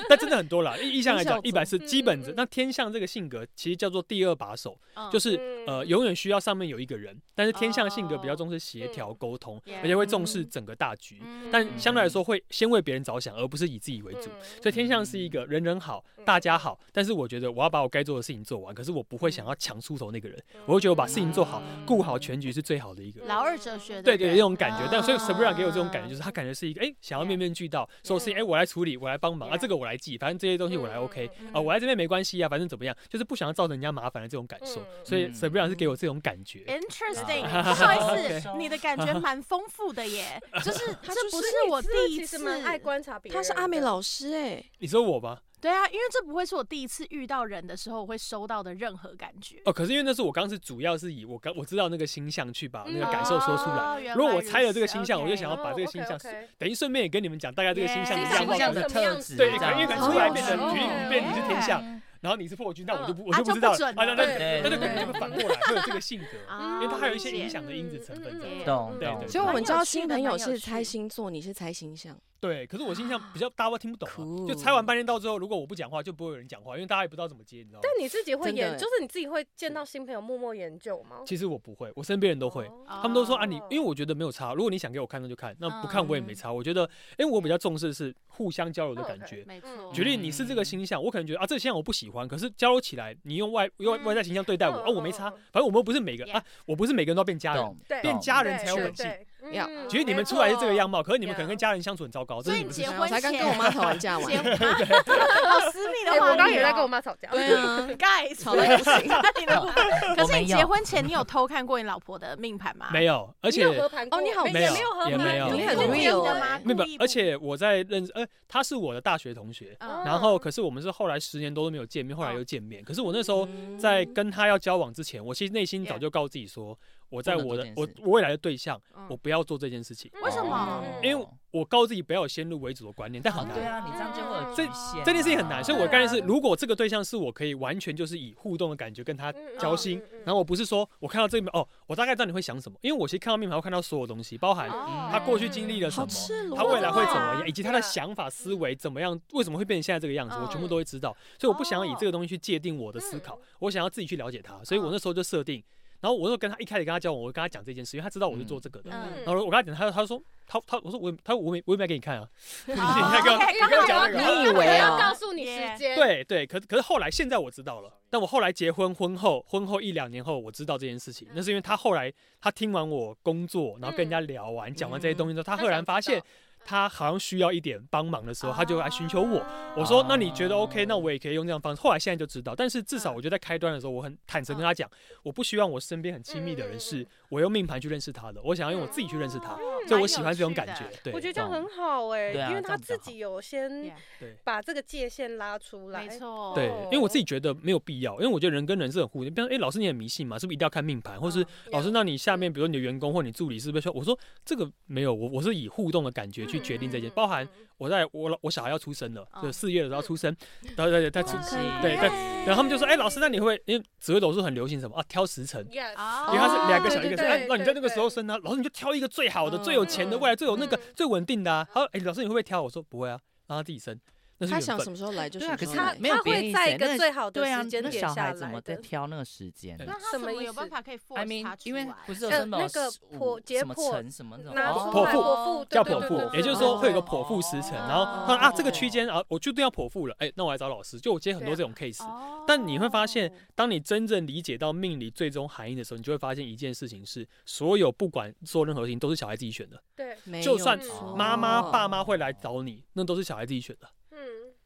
E: 但真的很多啦。意意向来讲，
A: 印
E: 一
A: 象
E: 百
A: 组
E: 是基
B: 嗯
E: 本
B: 嗯
E: 的
B: 嗯。
E: 那天象这个性格其实叫做第二把手，
D: 嗯
E: 就就是
B: 嗯
E: 呃，永远需要上面有一个人，但是天象性格比较重视协调
B: 嗯
E: 沟通，
D: Yeah
E: 而且会重视整个大局。
D: 嗯
E: 但相对来说，会先为别人着想，而不是以自己为
B: 嗯
E: 主。所以天象是一个人人好，大家好，但是我觉得我要把我该做的事情做完，可是我不会想要抢出头那个人，
B: 嗯
E: 我会觉得我把事情做好，顾好全局是最好的一个人。
D: 老二哲学，对
E: 对对，
D: 不
E: 有
D: 对
E: 这种感觉。但所以
D: 啊
E: Sabra 给我这种感觉，就是他感觉是一个哎、想要面面俱到，所有事情哎我来处理，我来帮忙啊，这个我来记，反正这些东西
B: 嗯
E: 我来 OK
D: 嗯
E: 啊，我来这边没关系啊，反正怎么样，就是不想要造成人家麻烦的这种感受。所以
C: 嗯
E: Sabra 是给我这种感觉。
D: Interesting，
C: 啊
D: 上一
E: OK
D: 次你的感觉蛮丰富的耶， 就是
A: 他
D: 这
A: 就
D: 不
A: 是
D: 是我第一
B: 其实
D: 次，
B: 蛮爱观察别人
A: 他
B: 的。哦
A: 是阿美老师哎，
E: 你说我吧，
D: 对啊，因为这不会是我第一次遇到人的时候我会收到的任何感觉。
E: 哦，可是因为那是我刚是主要是以我刚我知道那个星象去把那个感受说出来。
D: 哦原
E: 如果
D: 来
E: 我
D: 如
E: 猜了这个
D: 此
E: 星象，我就想要
D: ，OK
E: 把这个星象
B: OK，OK
E: 等于顺便也跟你们讲大概这个星象的
D: Yeah
E: 样貌
C: 形
E: 可
C: 象
E: 能。
C: 的特质，
E: 对，
C: 这
E: 可能因为
C: 样
E: 可能
A: 好
E: 出来
A: 有
E: 变成
A: 趣
E: 举例
A: 哦
E: 你变你是天象，
C: 嗯
E: 然后你是破军，那我就不我
D: 啊
E: 就
D: 就
E: 不知
D: 不
E: 道了，
D: 准
E: 啊，那那
D: 了
E: 那就可
C: 对
E: 能就会反过来会有这个性格，
D: 啊
E: 因为它还有一
D: 理
E: 些
D: 解
E: 影响的因子成分
B: 嗯嗯
E: 在。
B: 嗯嗯
C: 懂
E: 对
C: 懂
E: 对。
A: 所以我们知道新朋友
D: 蛮有趣
A: 是猜星座，你是猜星象，
E: 对，可是我印象比较大家听不懂啊，
A: Cool
E: 就猜完半天到最后，如果我不讲话，就不会有人讲话，因为大家也不知道怎么接，你知道吗？
B: 但你自己会
A: 真的
B: 研，
A: 欸
B: 就是你自己会见到新朋友默默研究吗？
E: 其实我不会，我身边人都会。
B: 哦
E: 他们都说啊你，因为我觉得没有差。如果你想给我看，那就看；那不看我也没差。我觉得，因为我比较重视的是互相交流的感觉。
D: 没
B: 嗯
E: 举例，你是这个星象，我可能觉得啊，这个星象我不喜欢，可是交流起来，你用外用外在形象对待我，
B: 嗯
E: 啊，我没差。
B: 嗯嗯嗯
E: 反正我们不是每个啊，我不是每个人都要变家人，
C: 懂
B: 对
E: 变
C: 懂
E: 家人才有吻戏。
B: 对对
A: 呀
B: 嗯
E: 其实你们出来是这个样
B: 没
E: 貌，可是你们
B: Yeah
E: 可能跟家人相处很糟糕，这
D: 所
E: 是
D: 以
E: 你们自
D: 结
E: 己。
A: 我
D: 婚
A: 才
D: 前
A: 刚跟我妈吵完架
D: 结
A: 完。
D: 婚嗯 好私密的
B: 错
D: 话
B: 哎
D: 题哦，
B: 我刚刚也在跟我妈吵架。
A: 对啊，
D: guys
A: 吵得不行。
D: 你的部分。可
C: 我
D: 是
C: 没
D: 你
C: 有
D: 结婚前，你有偷看过你老婆的命盘吗？
E: 没有，而且
B: 你有合盘过
A: 哦你好
B: 没
E: 没有
B: 没有合
E: 也没有
B: 盘，
A: 你很
B: 是
A: real
B: 真的吗
A: 欸
E: 没有
D: 故意，不
E: 而且我在认识，呃，他是我的大学同学，
D: 嗯，
E: 然后可是我们是后来十年多都没有见面，后来又见面。可是我那时候
A: 嗯
E: 在跟他要交往之前，我其实内心早就告自己说，我在
C: 不能
E: 我
C: 做这
E: 的
C: 件
E: 我
C: 事
E: 我未来的对象，
D: 嗯
E: 我不要做这件事情。
B: 嗯
D: 为什么
C: 哦
E: 因为我告诉自己不要有先入为主的观念，但很
C: 对
E: 难。
C: 啊，你这样就会有
E: 这
C: 局限啊，
E: 这件事情很难，所以我的
B: 刚
E: 概念是，
B: 对啊
E: 如果这个对象是我可以完全就是以互动的感觉跟他
B: 嗯嗯
E: 交心
B: 嗯嗯，嗯
E: 然后我不是说我看到这面哦，我大概知道你会想什么，因为我其实看到面盘会看到所有东西，包含
D: 哦
E: 他过去经历了什
A: 好
E: 么，
A: 赤裸，啊
E: 他未来会怎么
D: 哇
E: 样，以及他的
B: 对啊
E: 想法、思维怎么样，为什么会变成现在这个样子，我全部
B: 嗯
E: 都会知道。所以我不想要以
D: 哦
E: 这个东西去界定我的思考，我想要自己去了解他。所以我那时候就设定，然后我就跟他一开始跟他交往，我就跟他讲这件事，因为他知道我是做这个的。
D: 嗯
E: 然后我跟他讲，他他说他他我说我也他我没我也没给你看啊，你
D: 哦
E: 看跟我
D: OK，
E: 你跟我讲那
A: 刚好
E: 个。
A: 你以为
B: 我
A: 啊
B: 要告诉你时间，，
E: 对对，可可是后来现在我知道了，但我后来结婚婚后婚后一两年后，我知道这件事情，那是因为他后来他听完我工作，然后跟人家聊完讲完这些东西之后，他赫然发现他好像需要一点帮忙的时候，他就来寻求我。
D: 哦
E: 我说：“那你觉得 OK？那我也可以用这样的方式。”后来现在就知道，但是至少我觉得在开端的时候，我很坦诚跟他讲，我不希望我身边很亲密的人是我用命盘去认识他的，我想要用我自己去认识他，
D: 嗯
E: 所以我喜欢这种感觉。对，
B: 我觉得这样很好哎，
C: 对啊
B: 因为他自
C: 这样比较好
B: 己有先
D: Yeah
E: 对
B: 把这个界限拉出来，
D: 没错，
E: 对，因为我自
B: 己
E: 己觉得没有必要，因为我觉得人跟人是很互动。比方说，哎，老师你很迷信嘛，是不是一定要看命盘？或
B: 啊
E: 是老师，那你下面比如你的员工或你助理是不是说？我说这个没有，我我是以互动的感觉去决定
B: 嗯
E: 这件，包含我在我老我小孩要出生了，就
B: 啊
D: 嗯
E: 四月的时候要出 生，然后再再出
C: 可以
E: 对对，然后他们就说，哎，老师，那你会因为紫微斗数很流行什么啊？挑时辰。
B: Yes，
D: 啊
E: 因为它是两个
B: 哦
E: 小一个
B: 对
E: 生，哎
B: 对，
E: 那你在那个时候
B: 对
E: 生呢、老师你就挑一个最好的、
A: 嗯
E: 最有钱的、
B: 嗯
E: 未来最有那个、
B: 嗯
E: 最稳定的啊。他说，哎，老师你会不会挑？我说不会啊，让他自己生，那是
A: 他
E: 缘
A: 想
E: 分
A: 什。么时候来就
C: 对
A: 什
C: 啊，
A: 么
C: 可
A: 时
E: 嗯
C: 是
A: 候
C: 他
A: 来。
C: 没有
B: 他
C: 别人
B: 会
C: 意思
B: 在
C: 欸
B: 一个
C: 那
B: 最好的
C: 对啊
B: 时间
C: 那
B: 点
C: 小
B: 下
C: 孩
B: 来
C: 怎么在
B: 的
C: 挑那个时间
E: 对
D: 那他
B: 什
D: 怎
B: 么
D: 么
B: 意
D: 有
B: 思
D: 办法可以
C: ？I
D: force 他
C: mean，
D: 出
C: 因为
D: 来
C: 不是有
B: 呃
C: 什么
B: 那个
C: 五
B: 剖解
C: 什么
B: 剖
C: 层什么的
B: 拿
E: 哦
B: 出
E: 剖
B: 来
E: 腹
B: 剖腹
E: 叫
B: 对
E: 剖
B: 对对
E: 腹，
B: 对
E: 也就是说
B: 对
E: 会有个
B: 对
E: 剖腹时辰，
D: 哦
E: 然后他说啊
D: 哦
E: 这个区间啊，我确定要剖腹了，哎，那我来找老师。就我今天很多这种 case，
D: 哦
E: 但你会发现，当你真正理解到命理最终含义的时候，你就会发现一件事情是，所有不管做任何事情都是小孩自己选的，
B: 对，
A: 没
E: 就
A: 有
E: 算
A: 错
E: 妈妈爸妈会来找你，那都是小孩自己选的。
B: 嗯，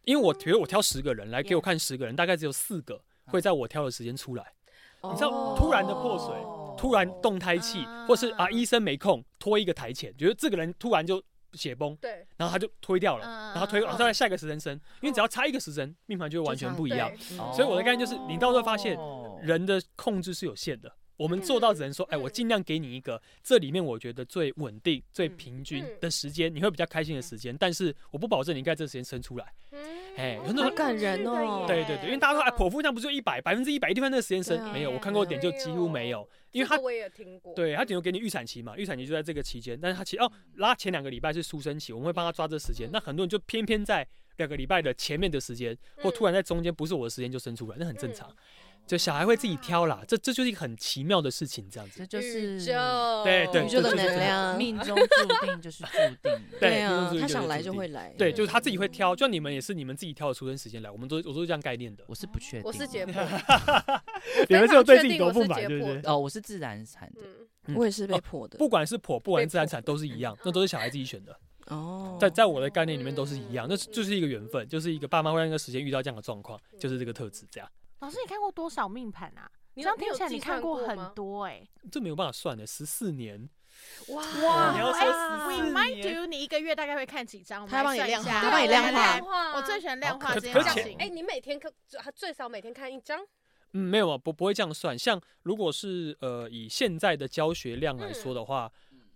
E: 因为我觉得我挑十个人来给我
D: Yeah
E: 看十个人，大概只有四个会在我挑的时间出来，你知道
A: 哦
E: 突然的破水
C: 哦
E: 突然动胎气，或是啊医生没空拖一个台前，觉得这个人突然就血崩，
B: 对，
E: 然后他就推掉了，
D: 嗯
E: 然后推，
D: 嗯
E: 然后再下一个时辰生，因为只要差一个时辰，命盘就会完全不一样
B: 对。。
A: 哦
E: 所以我的概念就是你到时候发现
C: 哦
E: 人的控制是有限的，我们
B: 嗯
E: 做到只能说，哎，
B: 嗯
E: 我尽量给你一个这里面我觉得最稳定、最平均
B: 嗯
E: 的时间，你会比较开心的时间，但是我不保证你应该这时间生出来。
B: 嗯
E: 哎
B: 哦
E: 很
B: 蛮有趣的
E: 多人
A: 好感人哦
B: 耶
E: 对对对，因为大家说哎，剖腹这样不是就一百百分之一百一定会在那个时间生
A: 对？啊
E: 没有，
D: 对啊
E: 我看过点就几乎没有，因为他
B: 这个我也有听过，
E: 对他顶多给你预产期嘛，预产期就在这个期间，但是他其
B: 嗯
E: 哦拉前两个礼拜是出生期，我们会帮他抓这时间。那很多人就偏
B: 嗯
E: 偏在两个礼拜的前面的时间，或突然在中间不是我的时间就生出来，那很正常。就小孩会自己挑啦，这这就是一个很奇妙的事情，这样
C: 这
E: 子。
C: 就
B: 宇
C: 是
B: 宙，
E: 对对
A: 宇宙的
E: 对对
A: 能量，
C: 命中注定就是注定。
E: 对
A: 啊
E: 就是，
A: 他想
E: 就是
A: 来
E: 注
A: 就
E: 定
A: 会来。
E: 对，就是他
B: 嗯
E: 自己会挑，就你们也是你们自己挑的出生时间来，我们都我都是这样概念的。
C: 我是不确定，
B: 我是 解剖，
E: 嗯你 们
B: 非
E: 只
B: 常
E: 有对
B: 确
E: 自己
B: 定
E: 多
B: 我
E: 不
B: 是
E: 满，
B: 解
E: 对不
B: 剖
E: 对？
B: 的
C: 哦，我是自然产的。
B: 嗯，
E: 嗯
A: 我也是被
E: 哦
A: 迫的。
E: 不管是剖不管是自然产
B: 被
E: 都是一 样，那都是小孩自己选的，
A: 哦，
E: 在在我的概念里面都是一样，那是就是一个缘分，就是一个爸妈会让一个时间遇到这样的状况，就是这个特质这样，
D: 老师，你看过多少命盘啊？
B: 你
D: 这样听起来
B: 你
D: 你
B: 有计
D: 看
B: 算过
D: 很
B: 吗
D: 多哎。
E: 这没有办法算的，十四年，
B: 哇
E: 你要说
D: 哎
E: 14
D: We might
E: 年
D: do，你一个月大概会看几张？我们
A: 他帮
D: 来
A: 你
D: 算一
A: 量化
D: 下
B: 啊
A: 他帮你
D: 对
A: 量化
D: 来我最喜欢量化
E: 可
D: 这件
E: 可
D: 事
E: 前
D: 情。
B: 哎，你每天看最少每天看一张，
E: 嗯，没有啊，不不会这样算。像如果是呃以现在的教学量来说的话，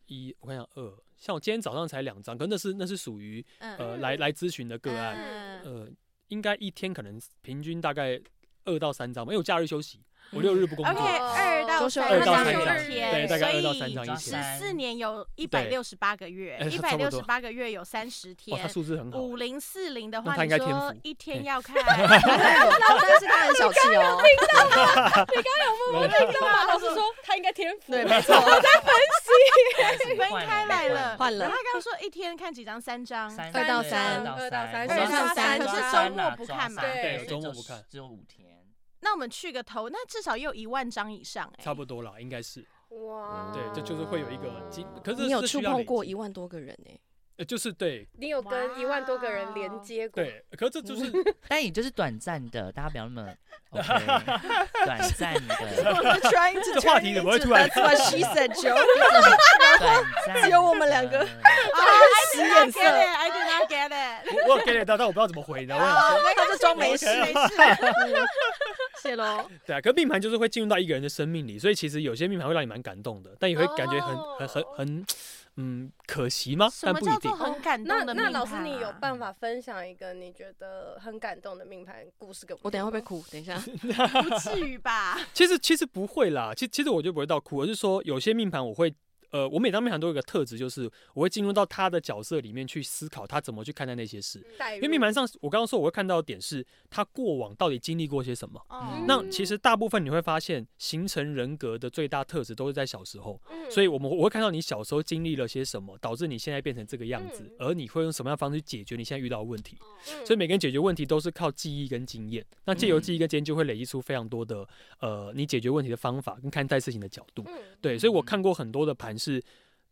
E: 一我看一下二，像我今天早上才两张，可那是那是属于
D: 嗯
E: 呃来来咨询的个案，
B: 嗯
E: 呃应该一天可能平均大概二到三张吧，因为我假日休息，我六日不工作。
D: OK，二嗯到
A: 周休
D: 三
E: 二到三
D: 张
E: 张
D: 一天，
E: 对，大概二到三张
C: 所
E: 一
C: 以
E: 天。
D: 十四年有一百
E: 对
D: 六十八个月
E: 哎，
D: 一
E: 差
D: 百
E: 不
D: 六
E: 多
D: 十八个月有三十
E: 哇，他
D: 天。
E: 数字很好。
D: 五零四零的
E: 那
D: 话，
E: 他
D: 你
E: 应该天
D: 说
E: 赋
D: 一天
E: 哎
D: 要 看，
A: 但是他很小气哦。
B: 干嘛？老师说 他应该天赋，
A: 对， 没错，
D: 分开来了，
A: 换了
D: 他刚刚说一天看几张？三张。
A: 二到三
B: 二到三
A: 二到三可是
D: 周末不看嘛
B: 对
E: 对周末不看，
C: 只有五天。
D: 那我们去个头，那至少也有一万张以上哎。
E: 差不多啦，应该是
B: 哇，
E: 对，这就是会有一个经，可是
A: 你有
E: 这需
A: 触
E: 要
A: 碰
E: 累
A: 过
E: 积
A: 一万多个人 呢？
E: 呃就是对
B: 你有跟一万多个人连接过，
E: 对，可是这就是
C: 但也就是短暂的，大家不要那么 OK，短暂的，
D: 我们 trying to
E: 这话题怎么会突然
A: That's what she said, Joe。
C: 短暂的
A: 只有我们两个
D: I did
A: 使眼
D: not
A: 色
D: get it, I did not get it。
E: 我我有 get 到，但我不知道怎么回，你知道吗？
D: 好，那
A: 他就装没事
E: 啊
D: 没事。
A: 谢喽。
E: 对啊，可命盘就是会进入到一个人的生命里，所以其实有些命盘会让你蛮感动的，但也会感觉很、很很
A: 哦
E: 很，嗯，可惜吗？
D: 什
E: 但
D: 么
E: 不一
D: 叫
E: 定
D: 做。很感
B: 那
D: 动的
B: 那
D: 命
B: 老师，
D: 盘
B: 你有
D: 啊
B: 办法分享一个你觉得很感动的命盘故事给我们？
A: 我等一下会不会哭？等一下，
D: 不至于吧？
E: 其实其实不会啦，其其实我就不会到哭，而是说有些命盘我会。呃，我每张命盘都有一个特质，就是我会进入到他的角色里面去思考他怎么去看待那些事。
B: 带入
E: 因为命盘上，我刚刚说我会看到的点是他过往到底经历过些什么。
B: 嗯
D: 哦
E: 那其实大部分你会发现，形成人格的最大特质都是在小时候，
B: 嗯
E: 所以我们我会看到你小时候经历了些什么，导致你现在变成这个样子
B: 嗯，
E: 而你会用什么样的方式去解决你现在遇到的问题。
B: 嗯
E: 所以每个人解决问题都是靠记忆跟经验，那借由
C: 嗯
E: 记忆跟经验就会累积出非常多的呃你解决问题的方法跟看待事情的角度。
B: 嗯
E: 对，所以我看过很多的盘是，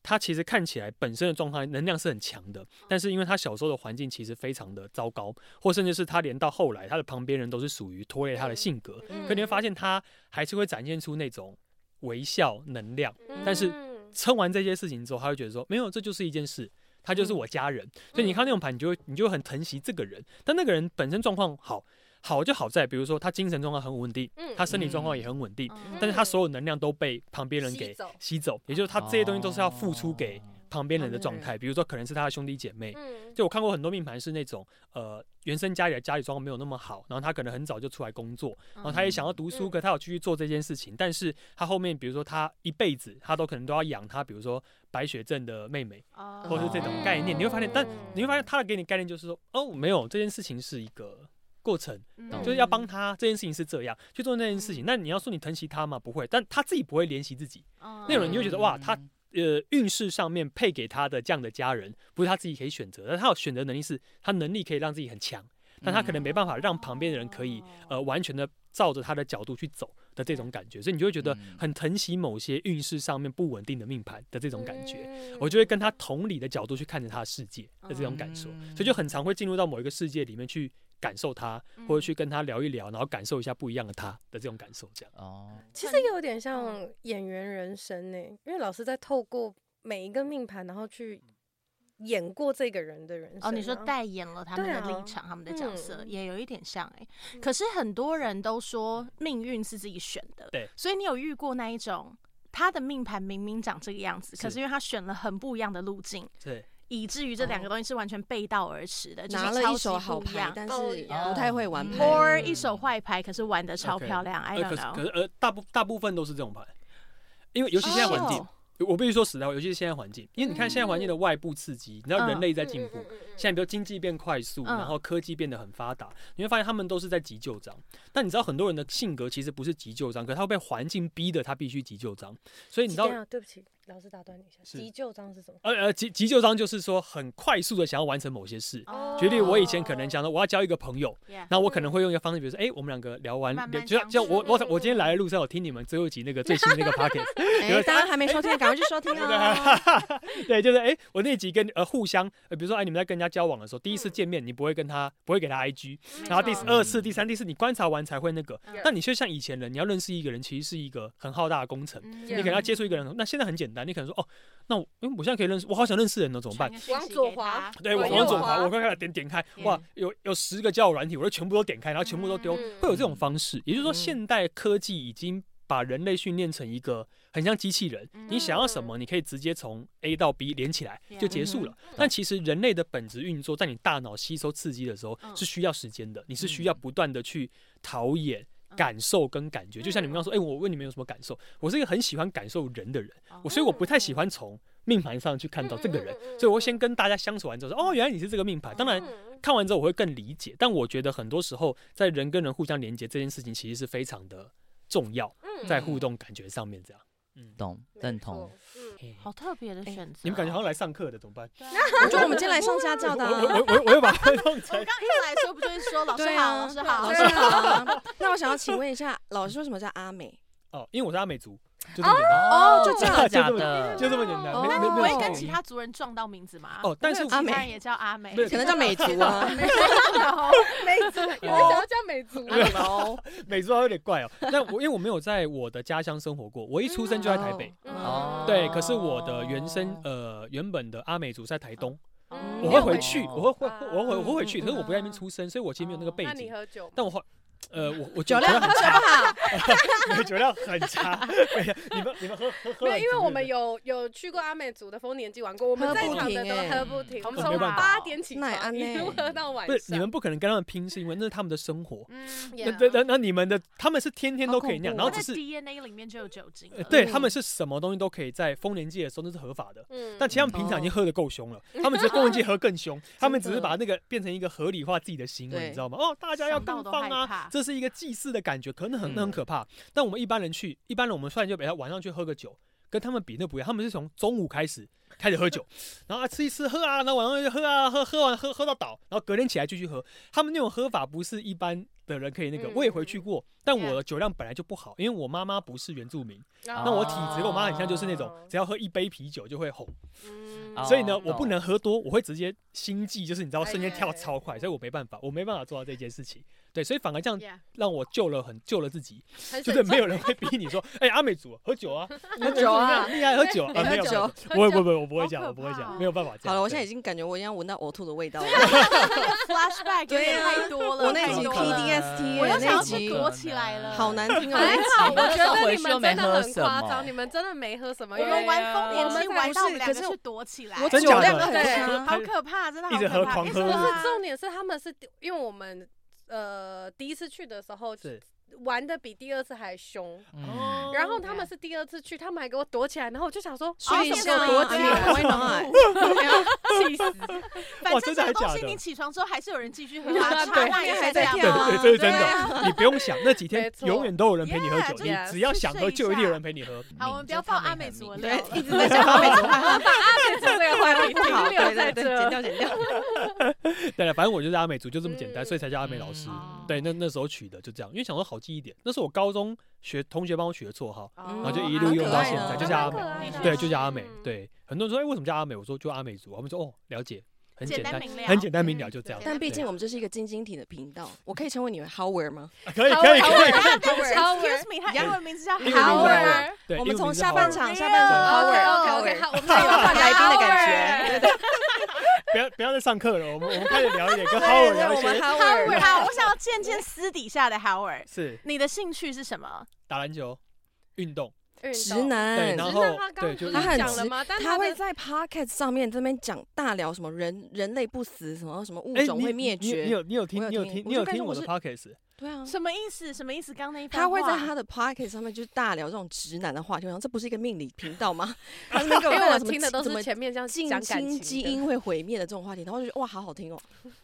E: 它其实看起来本身的状态能量是很强
B: 哦
E: 的，但是因为他小时候的环境其实非常的糟糕，或甚至是他连到后来他的旁边人都是属于拖累他的性格，
B: 嗯
E: 可你会发现他还是会展现出那种微笑能量。但是
B: 嗯
E: 撑完这些事情之后，他会觉得说，没有，这就是一件事，他就是
B: 嗯
E: 我家人。所以你看那种盘，你就会你就会很疼惜这个人，但那个人本身状况好。好就好在，比如说他精神状况很稳定，
B: 嗯
E: 他身体状况也很稳定，
D: 嗯
E: 但是他所有能量都被旁边人
B: 吸
E: 给
B: 走
E: 吸走，也就是他这些东西都是要付出给旁边人的状
A: 旁边
B: 哦
E: 态，比如说可能是他的兄弟姐妹。
B: 嗯
E: 就我看过很多命盘是那种，呃，原生家里的家里状况没有那么好，然后他可能很早就出来工作，然后他也想要读
B: 嗯
E: 书，可他有继续做这件事情，但是他后面比如说他一辈子他都可能都要养他，比如说白血症的妹妹，
B: 哦
D: 哦
E: 或是这种概念，你会发现，但
B: 嗯
E: 你会发现他的给你概念就是说，哦，没有这件事情是一个过程，
D: 嗯
E: 就是要帮他这件事情是这样去做那件事情。那你要说你疼惜他嘛，不会，但他自己不会怜惜自己。
B: 嗯
E: 那种人你就觉得哇，他呃运势上面配给他的这样的家人，不是他自己可以选择，但他有选择能力是，他能力可以让自己很强，但他可
D: 嗯
E: 能没办法让旁边的人可以
D: 哦
E: 呃完全的照着他的角度去走的这种感觉，所以你就会觉得
C: 嗯
E: 很疼惜某些运势上面不稳定的命盘的这种感觉。
B: 觉
E: 我就会跟他同理的角度去看着他的世界的这种感受，
C: 嗯
E: 所以就很常会进入到某一个世界里面去感受他，或者去跟他聊一聊，然后感受一下不一样的他的这种感受，这样。
C: 哦，
B: 其实有点像演员人生呢、因为老师在透过每一个命盘，然后去演过这个人的人生啊、
D: 哦，你说代言了他们
B: 对
D: 的
B: 啊
D: 立场、他们的角色，
B: 嗯
D: 也有一点像哎、
A: 嗯
D: 可是很多人都说命运是自己选的，
E: 对
D: 所以你有遇过那一种他的命盘明明长这个样子，可
E: 是
D: 是因为他选了很不一样的路径，
E: 对，
D: 以至于这两个东西是完全背道而驰的，就是
A: 哦嗯拿了
D: 超
A: 一
D: 级
A: 手
D: 不
A: 好
D: 一
A: 牌
D: 样，
A: 但
B: 哦
A: 是
B: 一
A: 不
B: 样
A: 太会玩
C: 嗯
A: 牌。
D: ，or 一手坏牌，可是玩的超
E: OK
D: 漂亮、i
E: 呃
D: don't
E: 可是
D: know，
E: 可是呃，大部大部分都是这种盘，因为尤其现在环境，
D: 哦嗯
E: 我必须说实在话，尤其是现在环境，因为你看现在环境的外部刺激，你知道人类在进步，现在比如经济变快速，
D: 嗯
E: 然后科技变得很发达，你会发现他们都是在急救章。但你知道很多人的性格其实不是急救章，可是他会被环境逼得他必须急救章，所以你知道
B: 等一。下对不起，老师打断你一下，
E: 是
B: 急救章是什么？
E: 呃呃，急急救章就是说很快速的想要完成某些事。
D: 哦
E: 举例，我以前可能想到我要交一个朋友，
D: Yeah
E: 那我可能会用一个方式，比如说，哎、我们两个聊完，
D: 慢慢
E: 就
D: 相
E: 就我
D: 处
E: 我我今天来的路上，我听你们最后一集那个最新的那个 pocket，
A: 哎、
E: 有
A: 大家还没收听的，赶快去收听哦。
E: 对，就是哎、诶我那集跟呃互相，呃，比如说哎、你们在跟人家交往的时候，第一次见面你不会跟他不会给他 IG，然后第
C: 错
E: 二次、第三、第四你观察完才会那个
B: 嗯。
E: 那你就像以前人，你要认识一个人，其实是一个很浩大的工程。
A: 嗯
D: 你
E: 你可能要接触一个人，那现在很简单，你可能说哦，那我因为我现在可以认识，我好想认识人哦，怎么办？
B: 往左滑
E: 对，我
B: 往
E: 往
B: 右
E: 左
B: 滑
E: 滑，我快快点点开，哇，有有十个交友软体，我就全部都点开，然后全部都丢，
B: 嗯
E: 会有这种方式。也就是说，
C: 嗯
E: 现代科技已经把人类训练成一个很像机器人，你想要什么，你可以直接从 A 到 B 连起来就结束了。但其实人类的本质运作，在你大脑吸收刺激的时候
D: 嗯
E: 是需要时间的，你是需要不断的去陶冶。感受跟感觉，就像你们刚刚说，哎、我问你们有什么感受？我是一个很喜欢感受人的人，
D: 哦
E: 我所以我不太喜欢从命盘上去看到这个人，所以我会先跟大家相处完之后说，哦，原来你是这个命盘。当
B: 嗯
E: 然，看完之后我会更理解，但我觉得很多时候在人跟人互相连接这件事情，其实是非常的重要，在互动感觉上面这样。嗯，
C: 懂认同。。
B: 嗯
E: 嘿
D: 好特别
A: 哎
D: 的选择哦，
E: 你们感 觉好像来上课的，怎么办？
A: 我觉得我们今天来上家教的、
E: 我
A: 啊。
E: 我我我又把它弄
D: 我
E: 成
D: 刚一来的时候不就是说老师
A: 对
D: 好，
A: 啊
D: 老师好，
A: 老
D: 老
A: 师
D: 师
A: 好啊， 那我想要请问一下，老师为什么叫阿美？
E: 哦，因为我是阿美族，就这么简单，
A: 哦就这
C: 真
A: 样
C: 的
E: 就这
C: 假
E: 么
C: 的？
E: 就这么简单，
A: 哦
E: 没
D: 那
E: 没
D: 不
E: 没
D: 会
E: 有
D: 跟其他族人撞到名字吗？
E: 哦，但是
D: 有
A: 阿
D: 其
A: 美
D: 他人也叫阿 美，
E: 不是
A: 可能 叫美族 啊。
B: 美族，
E: 哦
B: 有人想要叫美族
A: 阿，美喽，
E: 美族好像有点怪哦。但我因为我没有在我的家乡生活过，我一出生就在台北。
B: 嗯
C: 哦
E: 对，可是我的原生呃原本的阿美族是在台东，
D: 嗯
B: 哦
E: 我会回去，我会
B: 啊
E: 会我会我会回去，
A: 嗯
E: 可是我不在那边出生，所以我其实没有那个背
B: 那你
E: 景。
B: 喝酒吗？
E: 但我后呃我我
A: 酒
E: 酒
A: 量
E: 量
A: 很
E: 很
A: 差
E: 差，
A: 吧？
E: 我酒量很差。哎呀你们你们喝喝喝
B: 没有，
E: 很
B: 因为
E: 足
B: 我们
E: 是
B: 有有去过阿美族的丰年祭玩过，我
A: 喝
B: 们在
A: 不
B: 场的
A: 停
B: 都
A: 欸
B: 喝不停，我们
E: 哦没
B: 从
E: 办法
B: 八点起
A: 那也
B: 床，
A: 安
B: 一
A: 呢
B: 路喝到晚
E: 不
B: 上。啊
E: 是不是你们不可能跟他们拼，是因为那是他们的生活。
D: 嗯，
E: 那
B: Yeah
E: 那那那你们的他们是天天
A: 好
E: 都可以
A: 恐
E: 那样，
A: 怖
E: 然后
A: 哦
D: 他
E: 只
D: 的
E: 是
D: DNA 里面就有酒精
E: 呃
D: 了。
E: 对
A: 嗯
E: 他们是什么东西都可以在丰年祭的时候那是合法的。
B: 嗯
E: 但其实他们平常已经喝的够凶了，他们只是丰年祭喝更凶，他们只是
A: 真的
E: 把那个变成一个合理化自己的行为，
A: 对
E: 你知道吗？哦，大家要
D: 想到
E: 更
D: 都害
E: 放啊
D: 怕，
E: 这是一个祭祀的感觉，可能很那很
C: 嗯
E: 可怕。但我们一般人去，一般人我们虽然就比较晚上去喝个酒，跟他们比那不一样，他们是从中午开始开始喝酒，然后啊吃一吃喝啊，然后晚上就喝啊喝喝完喝喝到倒，然后隔天起来继续喝。他们那种喝法不是一般的人可以那个，
B: 嗯
E: 我也回去过，但我
D: Yeah
E: 的酒量本来就不好，因为我妈妈不是原住民，那
C: 哦
E: 我体质跟我妈很像，就是那种
B: 哦
E: 只要喝一杯啤酒就会红，
B: 嗯
C: 哦
E: 所以呢，
C: 懂
E: 我不能喝多，我会直接心悸，就是你知道瞬间跳
B: 哎
E: 超快，所以我没办法，我没办法做到这件事情。对，所以反而这样
D: Yeah
E: 让我救了很救了自己，
B: 很
E: 就
B: 省
E: 是没
B: 钱
E: 有人会逼你说，哎，阿美族喝酒啊，
A: 喝酒啊
E: 你爱喝酒啊，没有，没有
B: 喝酒
E: 我也不不，我不会
D: 好
E: 这样，
D: 可
E: 我不会这
D: 怕
E: 样，
D: 哦
E: 没有办法这样。
A: 好了，我现在已
E: 对
A: 经感觉我已经闻到呕吐的味道 了。
D: flashback 有
A: 对
D: 点
A: 啊
D: 太多了，
A: 我那
D: 太
A: 集
D: 多
E: 可能
D: 了
A: PDST
D: 我
A: 耶
D: 又想
A: 那
D: 要
A: 集
D: 去躲起来了，
A: 好难听哦，
E: 哎
B: 还好，
A: 那
B: 我
A: 集。
B: 觉得你
C: 回去又
B: 们
C: 没
B: 真
C: 喝
B: 的很
C: 什
B: 夸
C: 么
B: 张，你们真的没喝什么，
D: 我
B: 因
D: 们
B: 为
D: 玩丰
A: 啊我
D: 年
A: 们
D: 祭
A: 才
D: 玩
A: 不
D: 到我
A: 是
D: 们两个
A: 可是
D: 去躲起来，啊
A: 我
E: 真
A: 酒
E: 假的
A: 量很
B: 对
A: 差，
D: 好可怕，真的好
E: 一直
D: 可
E: 喝
D: 怕哎
E: 狂
D: 一直
E: 喝
B: 不
E: 是
A: 啊
B: 是重点是他们是因为我们呃第一次去的时候
E: 是
B: 玩的比第二次还凶，
C: 嗯，
B: 然后他们是第二次去，他们还给我躲起来，然后我就想说，哦
A: 睡一下
B: 躲
A: 啊，
B: 起
A: 哎呀
B: 来，
A: ，Why not？
B: 气死！
D: 反
E: 哇真
D: 正
E: 的
D: 这个
E: 还假
D: 东西
E: 的
D: 你起床之后还是有人继续喝啊，茶
B: 对
A: 后
D: 那
A: 面
D: 也
A: 还
D: 是
A: 在
D: 这样
A: 跳啊
E: 对，这是真
D: 对啊
E: 的，你不用想，那几天
B: 没错
E: 永远都有人陪你喝
D: Yeah，
E: 酒，你
B: 就是
E: 只要想喝，
D: 试
E: 就一定
D: 一
E: 有
D: 下
E: 人陪你喝。
D: 好，我们不要
C: 就他
D: 报阿
C: 们也
D: 美
C: 很
D: 族的
C: 迷
D: 料
A: 对
D: 了，，
E: 啊
A: 一直在讲阿美族话，
B: 这这 个话题
A: 不好，
B: 停留在
A: 对对对，
B: 这。
A: 剪掉剪掉。
E: 对了，反正我就是阿美族，就这么简单，
B: 嗯
E: 所以才叫阿美老师。
C: 嗯
E: 对，那那时候取的就这样，因为想说好记一点。那是我高中学同学帮我取的绰号，
A: 然
E: 然后就
D: 啊
E: 一
A: 好
E: 路
A: 可
E: 用到
A: 爱
E: 现
A: 哦
E: 在，就
A: 好
E: 叫阿
A: 可
E: 美。
A: 爱哦
E: 对，就叫阿美。
B: 嗯
E: 对，很多人说，哎，为什么叫阿美？我说就阿美族。他们说，哦，了解，很简
D: 简单
E: 单，
D: 明了，
E: 很简单
A: 嗯
E: 明了，就这样。
A: 但毕竟我们这是一个晶晶体的频道，我可以称为你们 Howard 吗？
E: 啊可以可以可以。
D: 他 的
B: Howard
D: excuse me，他英文名字叫
E: 英文名字 Howard
D: Howard。
E: 对，
A: 我
E: 英
A: 们
E: 文
A: 从
E: 名字
A: 下
E: Howard
A: 半场，下半场
B: OK
A: Howard
B: OK，哦
A: Howard，
B: 好，我们
A: 有换来宾的
B: 觉。
A: 感觉。
E: 不要不要再上课了，我们我们开始聊一点 跟 Howard 聊一
A: 我们
E: 些。
A: Howard
D: 好，我想要见见私底下的 Howard。
E: 是
D: 你的兴趣是什么？
E: 打篮球，运动。
B: 运
A: 直
B: 动
E: 对，
A: 男
E: 然，
B: 嗯直
E: 后
B: 男他刚
E: 对，
B: 不
E: 就是是
A: 他很
B: 讲
A: 直
B: 了吗？但
A: 他
B: 他
A: 会
B: 的
A: 在 podcast 上面这边讲大聊什么人人类不死，什么什么物
E: 哎，
A: 种
E: 你
A: 会灭
E: 你你
A: 绝。
E: 有你有
A: 我
E: 听
A: 有
E: 你有
A: 听
E: 听
A: 我
E: 你
A: 就
E: 有
A: 跟你说
E: 听我
A: 我
E: 的
A: 是
E: podcast？
A: 对啊，
D: 什么意思？什么意思？刚刚那一番
A: 他会在
D: 话
A: 他的 p o c k e t 上面就是大聊这种直男的话题，我想这不是一个命理频道吗？他那边给
B: 因
A: 我
B: 为
A: 看
B: 我
A: 了什么
B: 听的都
A: 怎么
B: 是前面这样
A: 近
B: 讲感
A: 亲
B: 情
A: 基
B: 的
A: 因会毁灭的这种话题，然后就觉得哇，好好听哦。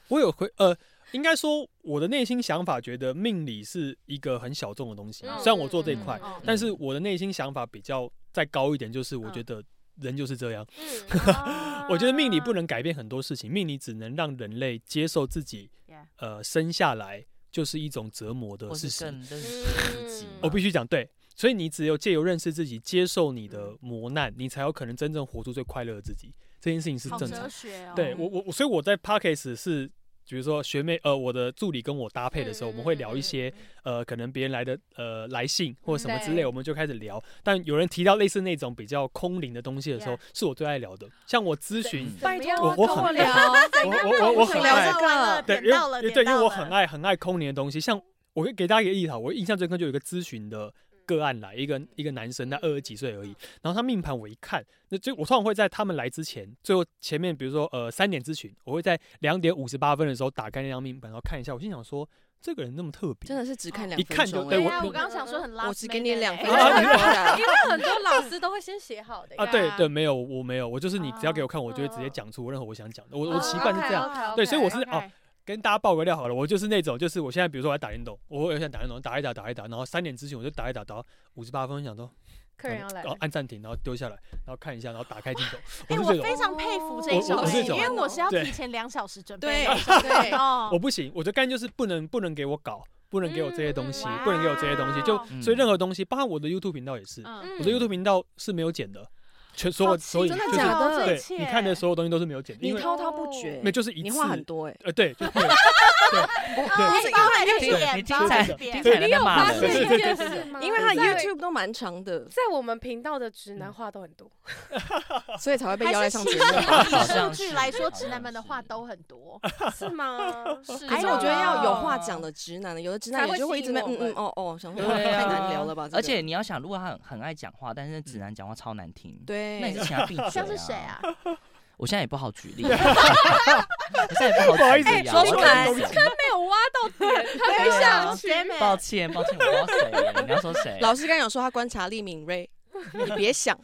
E: 我有回呃，应该说我的内心想法觉得命理是一个很小众的东西，
B: 嗯
E: 虽然我做这一块，
D: 嗯嗯
E: 但是我的内心想法比较再高一点，就是
A: 嗯
E: 我觉得人就是这样。
B: 嗯，
D: 哦
E: 我觉得命理不
D: 能。
E: 能改变很多事情，命理只能让人类接受自己
D: Yeah
E: 呃生下来就是一种折磨的
C: 或
E: 事
C: 是
E: 实。
C: 更认识自己
B: 嗯
C: 嘛。
E: 我必须讲对，所以你只有借由认识自己，接受你
D: 嗯
E: 的磨难，你才有可能真正活出最快乐的自己。这件事情是
D: 好
E: 正
D: 哲
E: 常。
D: 学哦。
E: 对我我我所以我在 Pockets 是。比如说学妹，呃，我的助理跟我搭配的时候，我们会聊一
D: 嗯
E: 些，
B: 嗯
E: 呃，可能别人来的呃来信或者什么之类，
B: 对
E: 我们就开始聊。但有人提到类似那种比较空灵的东西的时候
D: Yeah，
E: 是我最爱聊的。像我咨询，
C: 嗯
D: 拜托
E: 我我
D: 跟
E: 很
D: 我聊，
E: 我我我我很
A: 聊
E: 爱
A: 这，个
E: 对，
D: 点
E: 因
D: 到了，
E: 为对，因为我很爱很爱空灵的东西。像我给大家一个例子哈，我印象最深就有一个咨询的个案来，一个一个男生，他二十几岁而已。然后他命盘我一看，那就我通常会在他们来之前，最后前面比如说呃三点咨询，我会在两点五十八分的时候打开那张命盘，然后看一下。我心想说，这个人那么特别，
A: 真的是只看两
E: 一
A: 分
E: 看就
A: 钟
E: 对
A: 欸，
D: 对
E: 我
D: 啊，
E: 我
D: 我刚刚想说很拉，
A: 我只给你两分钟
E: 啊你
A: 啊。
B: 因为很多老师都会先写好的
E: 啊，
B: 呀，
E: 对
D: 啊
E: 对，没有，我没有，我就是你只要给我看，我就会直接
B: 哦
E: 讲出任何我想讲的。我
D: 哦
E: 我习惯是这样，
B: 样
E: 对所以我是哦
D: OK
E: 跟大家报个料好了，我就是那种，就是我现在比如说我要打运动，我有想打运动，打一打打一打，然后三点咨询我就打一打，打到五十八分，想说嗯
B: 客人要来
E: 然后按暂停，然后丢下来，然后看一下，然后打开镜头，
D: 哎，
E: 我
D: 我
E: 是这种
D: 非，常佩服这
E: 我
D: 一
E: 我
D: 种
E: 我是
D: 哎，
E: 这种
D: 因为我是要
E: 对
D: 提前两小时准备
A: 对
D: 的。
B: 对
D: 哦
E: 我不行，我的概念就是不能不能给我搞，不能给我这些东西，
B: 嗯
E: 不能给我这些东西，就
D: 哇
C: 嗯
E: 所以任何东西，包含我的 YouTube 频道也是，
D: 嗯哦
E: 我的 YouTube 频道是没有剪的，全所有
D: 好
E: 所以
D: 奇
E: 就
A: 真的
E: 是
A: 假的
D: 妙这一
E: 对
D: 切
E: 你看的所有东西都是没有剪的，因
A: 你
E: 为
A: 滔滔不绝，
E: 那就是一
A: 你
E: 次
A: 话，很多哎。
E: 呃对，就是
D: 哦
A: 对
D: 你帮我
A: 因为
D: 一点
C: 你
D: 帮我
C: 精彩
D: 一点
C: 精彩的
B: 你有
C: 在骂
B: 发
C: 人
B: 现一件事吗？
A: 因为他的
B: 在
A: YouTube 都蛮长的，
B: 在我们频道的直
E: 嗯
B: 男话都很 多，
A: 所以才会被邀来
D: 还
A: 上
D: 是
A: 节
D: 其
A: 目。
C: 好
D: 实以数
C: 像
D: 据
C: 是
D: 来说，
C: 好
D: 直
C: 像
D: 男们的
C: 是
D: 话都很 多。
B: 是吗？ 是
A: 可
D: 哎
A: 是
D: 呦
A: 我觉得要有话讲的直男的，有的直男
B: 才
A: 也
B: 会
A: 就会一
B: 吸
A: 直在
B: 引
A: 嗯
B: 我
A: 嗯
B: 们
A: 哦哦，想说
C: 对啊
A: 太难聊了吧？这个
C: 而且你要想，如果他很很爱讲话，但是
E: 嗯
C: 直男讲话超难听，，
A: 对，
C: 那你是请他闭嘴。
D: 像是谁 啊？？
C: 我现在也不好举例，我现在也不好举例啊。
E: 不好意思哎
A: 说出来
C: 我不好意 思
B: 没有
A: 啊
B: 挖到点，他没
C: 对啊
B: 想去。
C: 抱歉，抱歉，我不知道谁，你要说谁？
A: 老师刚有说他观察力敏锐，你别 想，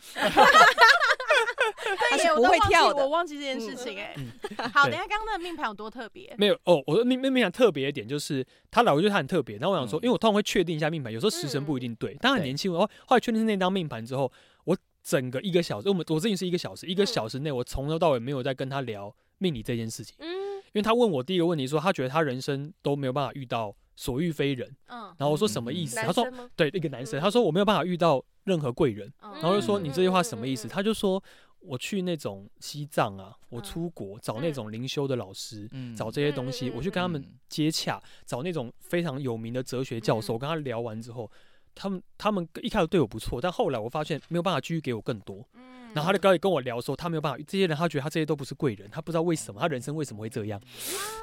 A: 他
D: 对
A: 是
D: 耶，
A: 不
D: 我都
A: 会
D: 忘记
A: 跳
D: 我
A: 的。嗯
D: 忘记这件事情哎。 好，等一下刚刚的命盘有多特别？
E: 没有哦，我的命命命盘特别一点就是他老我觉得他很特别，然后我想说，
C: 嗯
E: 因为我通常会确定一下命盘，有时候时辰不一定对，当然
C: 对
E: 年轻，我后来确定是那张命盘之后，我整个一个小时，我们我之前是一个小时，一个小时内我从头到尾没有在跟他聊命理这件事情，
B: 嗯，
E: 因为他问我第一个问题说他觉得他人生都没有办法遇到所遇非人，
D: 嗯
E: 然后我说什么意思？
B: 男
E: 他啊说
B: 生吗？
E: 对一个男生，
B: 嗯
E: 他说我没有办法遇到任何贵人，
D: 嗯
E: 然后我就说
C: 嗯
E: 你这句话什么意
B: 嗯
E: 思？
B: 嗯嗯
E: 他就说我去那种西藏啊，我
D: 嗯
E: 出国找那种灵修的老师，
C: 嗯
E: 找这些东
B: 嗯
E: 西，
B: 嗯嗯
E: 我去跟他们
C: 嗯
E: 接洽，找那种非常有名的哲学教授，
B: 嗯
E: 我跟他聊完之后，他们他们一开始对我不错，但后来我发现没有办法继续给我更多，
D: 嗯
E: 然后他就开始跟我聊说，他没有办法，这些人他觉得他这些都不是贵人，他不知道为什么他人生为什么会这样，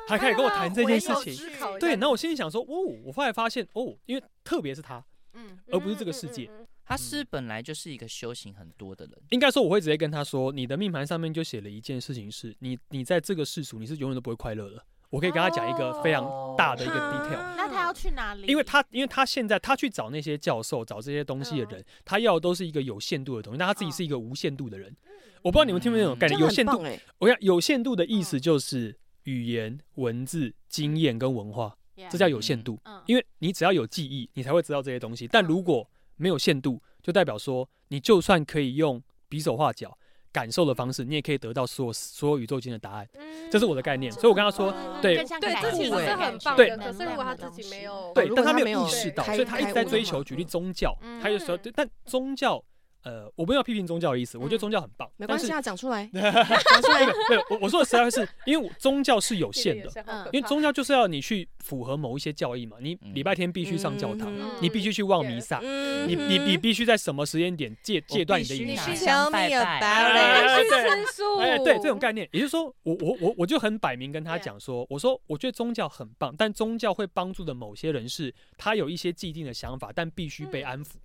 E: 他开始跟我谈这件事情。
D: 情
E: 对，然后我心里想说，哦，我后来发现，哦，因为特别是他，
D: 嗯，
E: 而不是这个世界
B: 嗯。嗯嗯嗯
C: 他是本来就是一个修行很多的人，
E: 应该说我会直接跟他说，你的命盘上面就写了一件事情是，你你在这个世俗你是永远都不会快乐的。我可以跟他讲一个非常大
B: 嗯
E: 的一个 detail，、
D: 那他要去哪里？
E: 因为他，因为他现在他去找那些教授、找这些东西的人，他要的都是一个有限度的东西，但他自己是一个无限度的人。我不知道你们听没听懂
C: 嗯
E: 概
A: 这样
E: 念？有
A: 很
E: 限
A: 棒
E: 度，
A: 哎，
E: 我想有限度的意思就是语言、文字、经验跟文化，
D: Yeah
E: 这叫有限度。
D: 嗯
E: 因为你只要有记忆，你才会知道这些东西。但如果没有限度，就代表说你就算可以用比手画脚感受的方式，你也可以得到所有所有宇宙间的答案。
B: 嗯
E: 这是我的概念，所以我跟他说，
D: 嗯
E: 对
D: 更像
B: 对，
D: 感
B: 这其实
D: 觉
B: 是
D: 的
B: 很
D: 感
B: 棒
E: 对
B: 的。
D: 觉
B: 可是如果他自己没，有，
E: 对，
A: 如
E: 但
A: 果他
E: 他没
A: 没
E: 有
A: 有
E: 意识到，
A: 开
E: 所以他一直在
A: 开悟
E: 追
A: 的
E: 求。
A: 话
E: 举例
A: 嗯
E: 宗教，
D: 嗯
E: 他就说，对但宗教，呃，我没有要批评宗教的意思，我觉得
D: 嗯
E: 宗教很棒，
A: 没
E: 但
A: 关
E: 是
A: 系啊，讲出来。
E: 那个没有，我我说的实在是，因为我宗教是有限的，
D: 嗯
E: 因为宗教就是要你去符合某一些教义嘛，你
C: 嗯
E: 礼拜天必须上教堂，
A: 嗯
E: 你必须去望弥撒，
A: 嗯嗯
E: 你你你必须在什么时间点戒戒断你的
C: 我
E: 饮
C: 必须
E: 食
C: 拿。香
A: Tell me
C: 拜拜
B: 嗯
A: about it。
E: 哎对
B: 吃素，
E: 哎，对这种概念，也就是说，我我我我就很摆明跟他讲说，我说我觉得宗教很棒，但宗教会帮助的某些人是，他有一些既定的想法，但必须被
A: 嗯
E: 安抚。
D: 嗯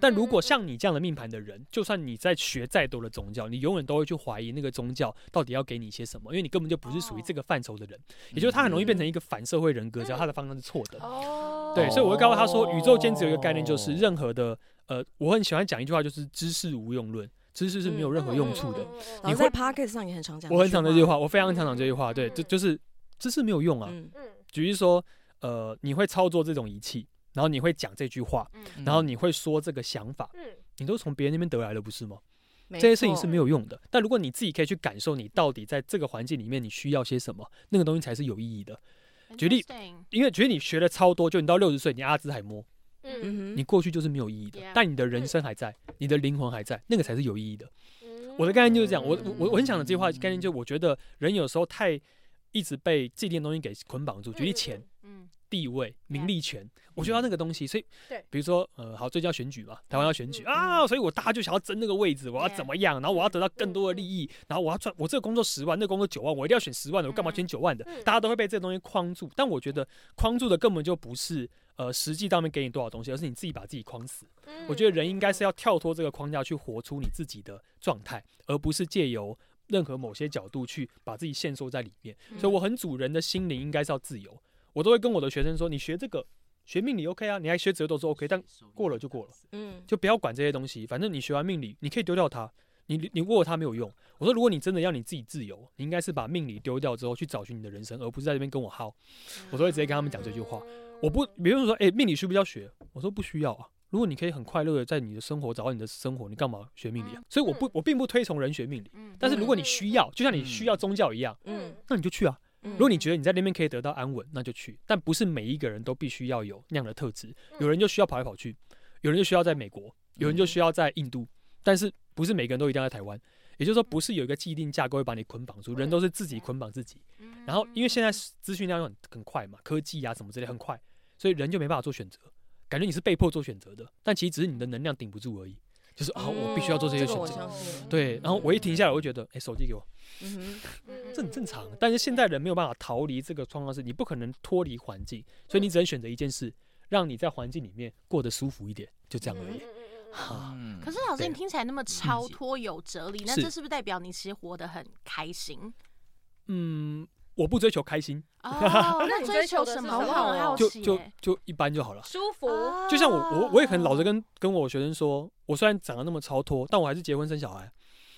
E: 但如果像你这样的命盘的人，就算你在学再多的宗教，你永远都会去怀疑那个宗教到底要给你些什么，因为你根本就不是属于这个范畴的人，也就是他很容易变成一个反社会人格，只要他的方向是错的。
B: 哦，
E: 对，所以我会告诉他说，宇宙间只有一个概念，就是
C: 哦
E: 任何的呃，我很喜欢讲一句话，就是知识无用论，知识是没有任何用
B: 嗯
E: 处的。
A: 然
E: 你
A: 后
E: 会
A: 在 p o c k e t 上也很常讲，
E: 我很嗯常讲这句
A: 话，
E: 话，我嗯非常常讲这句话，对，就就是知识没有用啊。
A: 嗯，
B: 嗯
E: 举例说，呃，你会操作这种仪器，然后你会讲这句话，
C: 嗯
E: 然后你会说这个想法，
B: 嗯
E: 你都从别人那边得来的，不是吗？
A: 这
E: 这些事情是没有用的。但如果你自己可以去感受，你到底在这个环境里面你需要些什么，那个东西才是有意义的。举例
D: Interesting
E: 因为觉得你学了超多，就你到六十岁，你阿兹海默，
B: 嗯
A: 嗯
E: 你
A: 哼，
E: 过去就是没有意义的
D: Yeah，
E: 但你的人生还在，你的灵魂还在，那个才是有意义的。
B: 嗯
E: 我的概念就是这样，我我我我很想的这句话
C: 嗯
E: 概念就是，我觉得人有时候太一直被既定的东西给捆绑住，举例钱、
D: 嗯，
E: 地位、名利权，我觉得要那个东西，所以
B: 嗯对
E: 比如说呃，好，最近要选举嘛，台湾要选举
B: 嗯
E: 啊，所以我大家就想要争那个位置，我要
D: Yeah
E: 怎么样，然后我要得到更多
B: 嗯
E: 的利益，然后我要赚，我这个工作十万，那个工作九万，我一定要选十万的，我干嘛选九万的？
B: 嗯
E: 大家都会被这个东西框住，但我觉得框住的根本就不是。呃，实际上面给你多少东西，而是你自己把自己框死。
B: 嗯
E: 我觉得人应该是要跳脱这个框架去活出你自己的状态，而不是借由任何某些角度去把自己限缩在里面。所以我很主人的心灵应该是要自由。我都会跟我的学生说，你学这个学命理 OK 啊，你还学哲都是 OK，但过了就过了，
A: 嗯，
E: 就不要管这些东西。反正你学完命理，你可以丢掉它，你你握它没有用。我说，如果你真的要你自己自由，你应该是把命理丢掉之后去找寻你的人生，而不是在这边跟我耗。我都会直接跟他们讲这句话。我不，别人说，哎、命理需不需要学？我说不需要啊。如果你可以很快乐的在你的生活找到你的生活，你干嘛学命理啊？所以我不，我并不推崇人学命
D: 嗯
E: 理。但是如果你需要，就像你需要宗教一样，
A: 嗯
E: 那你就去啊。
A: 嗯
E: 如果你觉得你在那边可以得到安稳，那就去。但不是每一个人都必须要有那样的特质，有人就需要跑来跑去，有人就需要在美国，有人就需要在印度，但是不是每个人都一定要在台湾。也就是说，不是有一个既定架构会把你捆绑住，人都是自己捆绑自己。
A: 嗯
D: 嗯
E: 然后，因为现在资讯量又很很快嘛，科技啊什么之类很快，所以人就没办法做选择，感觉你是被迫做选择的，但其实只是你的能量顶不住而已。就是啊，我必须要做这些
A: 嗯这
E: 选
A: 个我
E: 择。
A: 相信，
E: 对，然后我一停下来，我就觉得，哎，手机给我。
A: 嗯哼，
E: 这很正常。但是现在人没有办法逃离这个状况，是你不可能脱离环境，所
A: 嗯
E: 以你只能选择一件事，让你在环境里面过得舒服一点，就这样
A: 嗯
E: 而已。哈，
C: 嗯
D: 可是老师，
E: 对嗯
D: 你听起来那么超脱有哲理，那
E: 是
D: 这是不是代表你其实活得很开心？
E: 嗯，我不追求开心，
D: 哦，
B: 那
D: 那
B: 你
D: 追
B: 追
D: 求
B: 求的
D: 什
B: 是
D: 么？
A: 什
D: 我
A: 么
D: 很好
E: 就
D: 奇
E: 就
D: 耶。哦
E: 就一般就好了。
B: 舒服，
A: 哦
E: 就像我我我也很老实跟跟我学生说，我虽然长得那么超脱，但我还是结婚生小孩。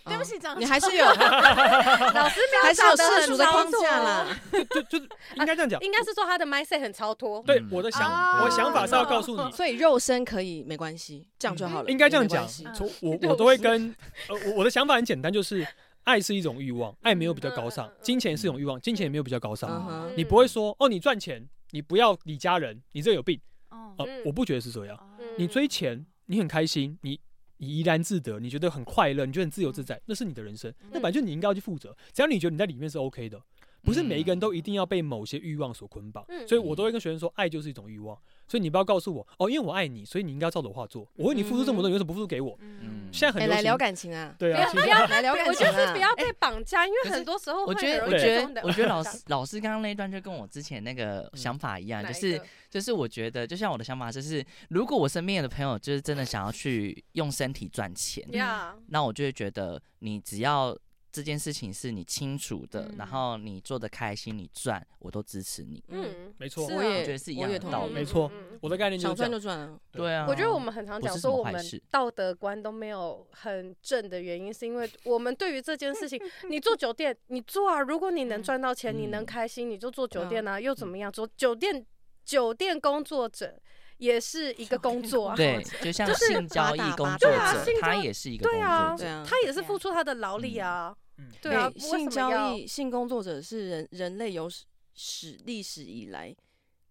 D: 对不起，长得
A: 哦你还是有还
B: 老师没有
A: 是
B: 长
A: 有
B: 得很
A: 世俗的
B: 超
A: 框架
B: 脱
A: 啦，
E: 就就是应该这样讲，
B: 啊应该是说他的 mindset 很超脱。
E: 对
C: 嗯
E: 我的想
D: 啊
E: 我的想法是要告
B: 哦
E: 诉你，
A: 所以肉身可以没关系，这样就好了，
E: 嗯应该这样
A: 也没
E: 讲
A: 关
B: 啊
A: 系，
B: 嗯
E: 从我我都会跟呃我我的想法很简单，就是爱是一种欲望，爱没有比较高尚
B: 嗯嗯，嗯
E: 金钱是一种欲望，金钱也没有比较高尚。
A: 嗯哼，
E: 你不会说哦，你赚钱，你不要理家人，你这有病
D: 哦
E: 啊、
B: 嗯
E: 我不觉得是这样。
D: 哦
E: 你追钱，你很开心，你你怡然自得，你觉得很快乐，你觉得很自由自
B: 嗯
E: 在，那是你的人生，
D: 嗯
E: 那本来就你应该要去负责。只要你觉得你在里面是 OK 的，不是每一个人都一定要被某些欲望所捆绑。
B: 嗯
E: 所以我都会跟学生说，爱就是一种欲望。所以你不要告诉我哦，因为我爱你，所以你应该照着我话做。我为你付出这么多，你为什么不付出给我？
C: 嗯
E: 现在很
A: 哎，
E: 流
A: 来
E: 行，
A: 聊感情 啊，
E: 对啊，
B: 不要不
E: 其实
B: 要
A: 来聊感
B: 我
A: 情
B: 就是
A: 啊
B: 不，要被绑架，因为很多时候
C: 我
B: 会
C: 觉得，
B: 有
C: 我
B: 人
C: 觉
B: 中
C: 得，
B: 的
C: 我觉得老
B: 绑
C: 师老师刚刚那一段就跟我之前那个
E: 嗯
C: 想法一样，
B: 架
C: 就
B: 哪一
C: 是
B: 个
C: 就是我觉得，就像我的想法，就是如果我身边的朋友就是真的想要去用身体赚钱，
B: 嗯呀，
C: 那我就会觉得，你只要这件事情是你清楚的，
D: 嗯
C: 然后你做的开心，你赚，我都支持你。
A: 嗯，
B: 嗯，
E: 没错
A: 是，啊
C: 我也觉得是一样
A: 我
C: 的
A: 也同意
C: 道
B: 嗯
C: 理。
E: 没错。
B: 嗯嗯嗯
E: 我的概念就
A: 想
E: 是
A: 赚
E: 这
A: 就
E: 样。
A: 赚啊，
E: 对
C: 对啊，
B: 我觉得我们很常
C: 不
B: 讲
C: 是
B: 说
C: 什么
B: 我
C: 坏
B: 们
C: 事
B: 道德观都没有很正的原因，是因为我们对于这件事情，你做酒店你做啊，如果你能赚到钱，你能
C: 嗯
B: 开心，你就做酒
A: 对啊
B: 店啊，又怎么样？做酒店酒店工作者也是一个工作啊，
C: 对，就像
B: 就是啊
C: 性交易
A: 八大
C: 工
A: 八
C: 作
A: 大
C: 者
B: 性，交
C: 他
B: 易
C: 也是一个工
B: 对啊
C: 作
A: 对
C: 者。
A: 啊。
B: 他也是付出他的劳力啊，
E: 嗯
B: 对啊
A: 哎，
B: 为什
A: 性
B: 么
A: 交
B: 要
A: 易、性工作者是人人类有史史历史以来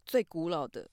A: 最古老的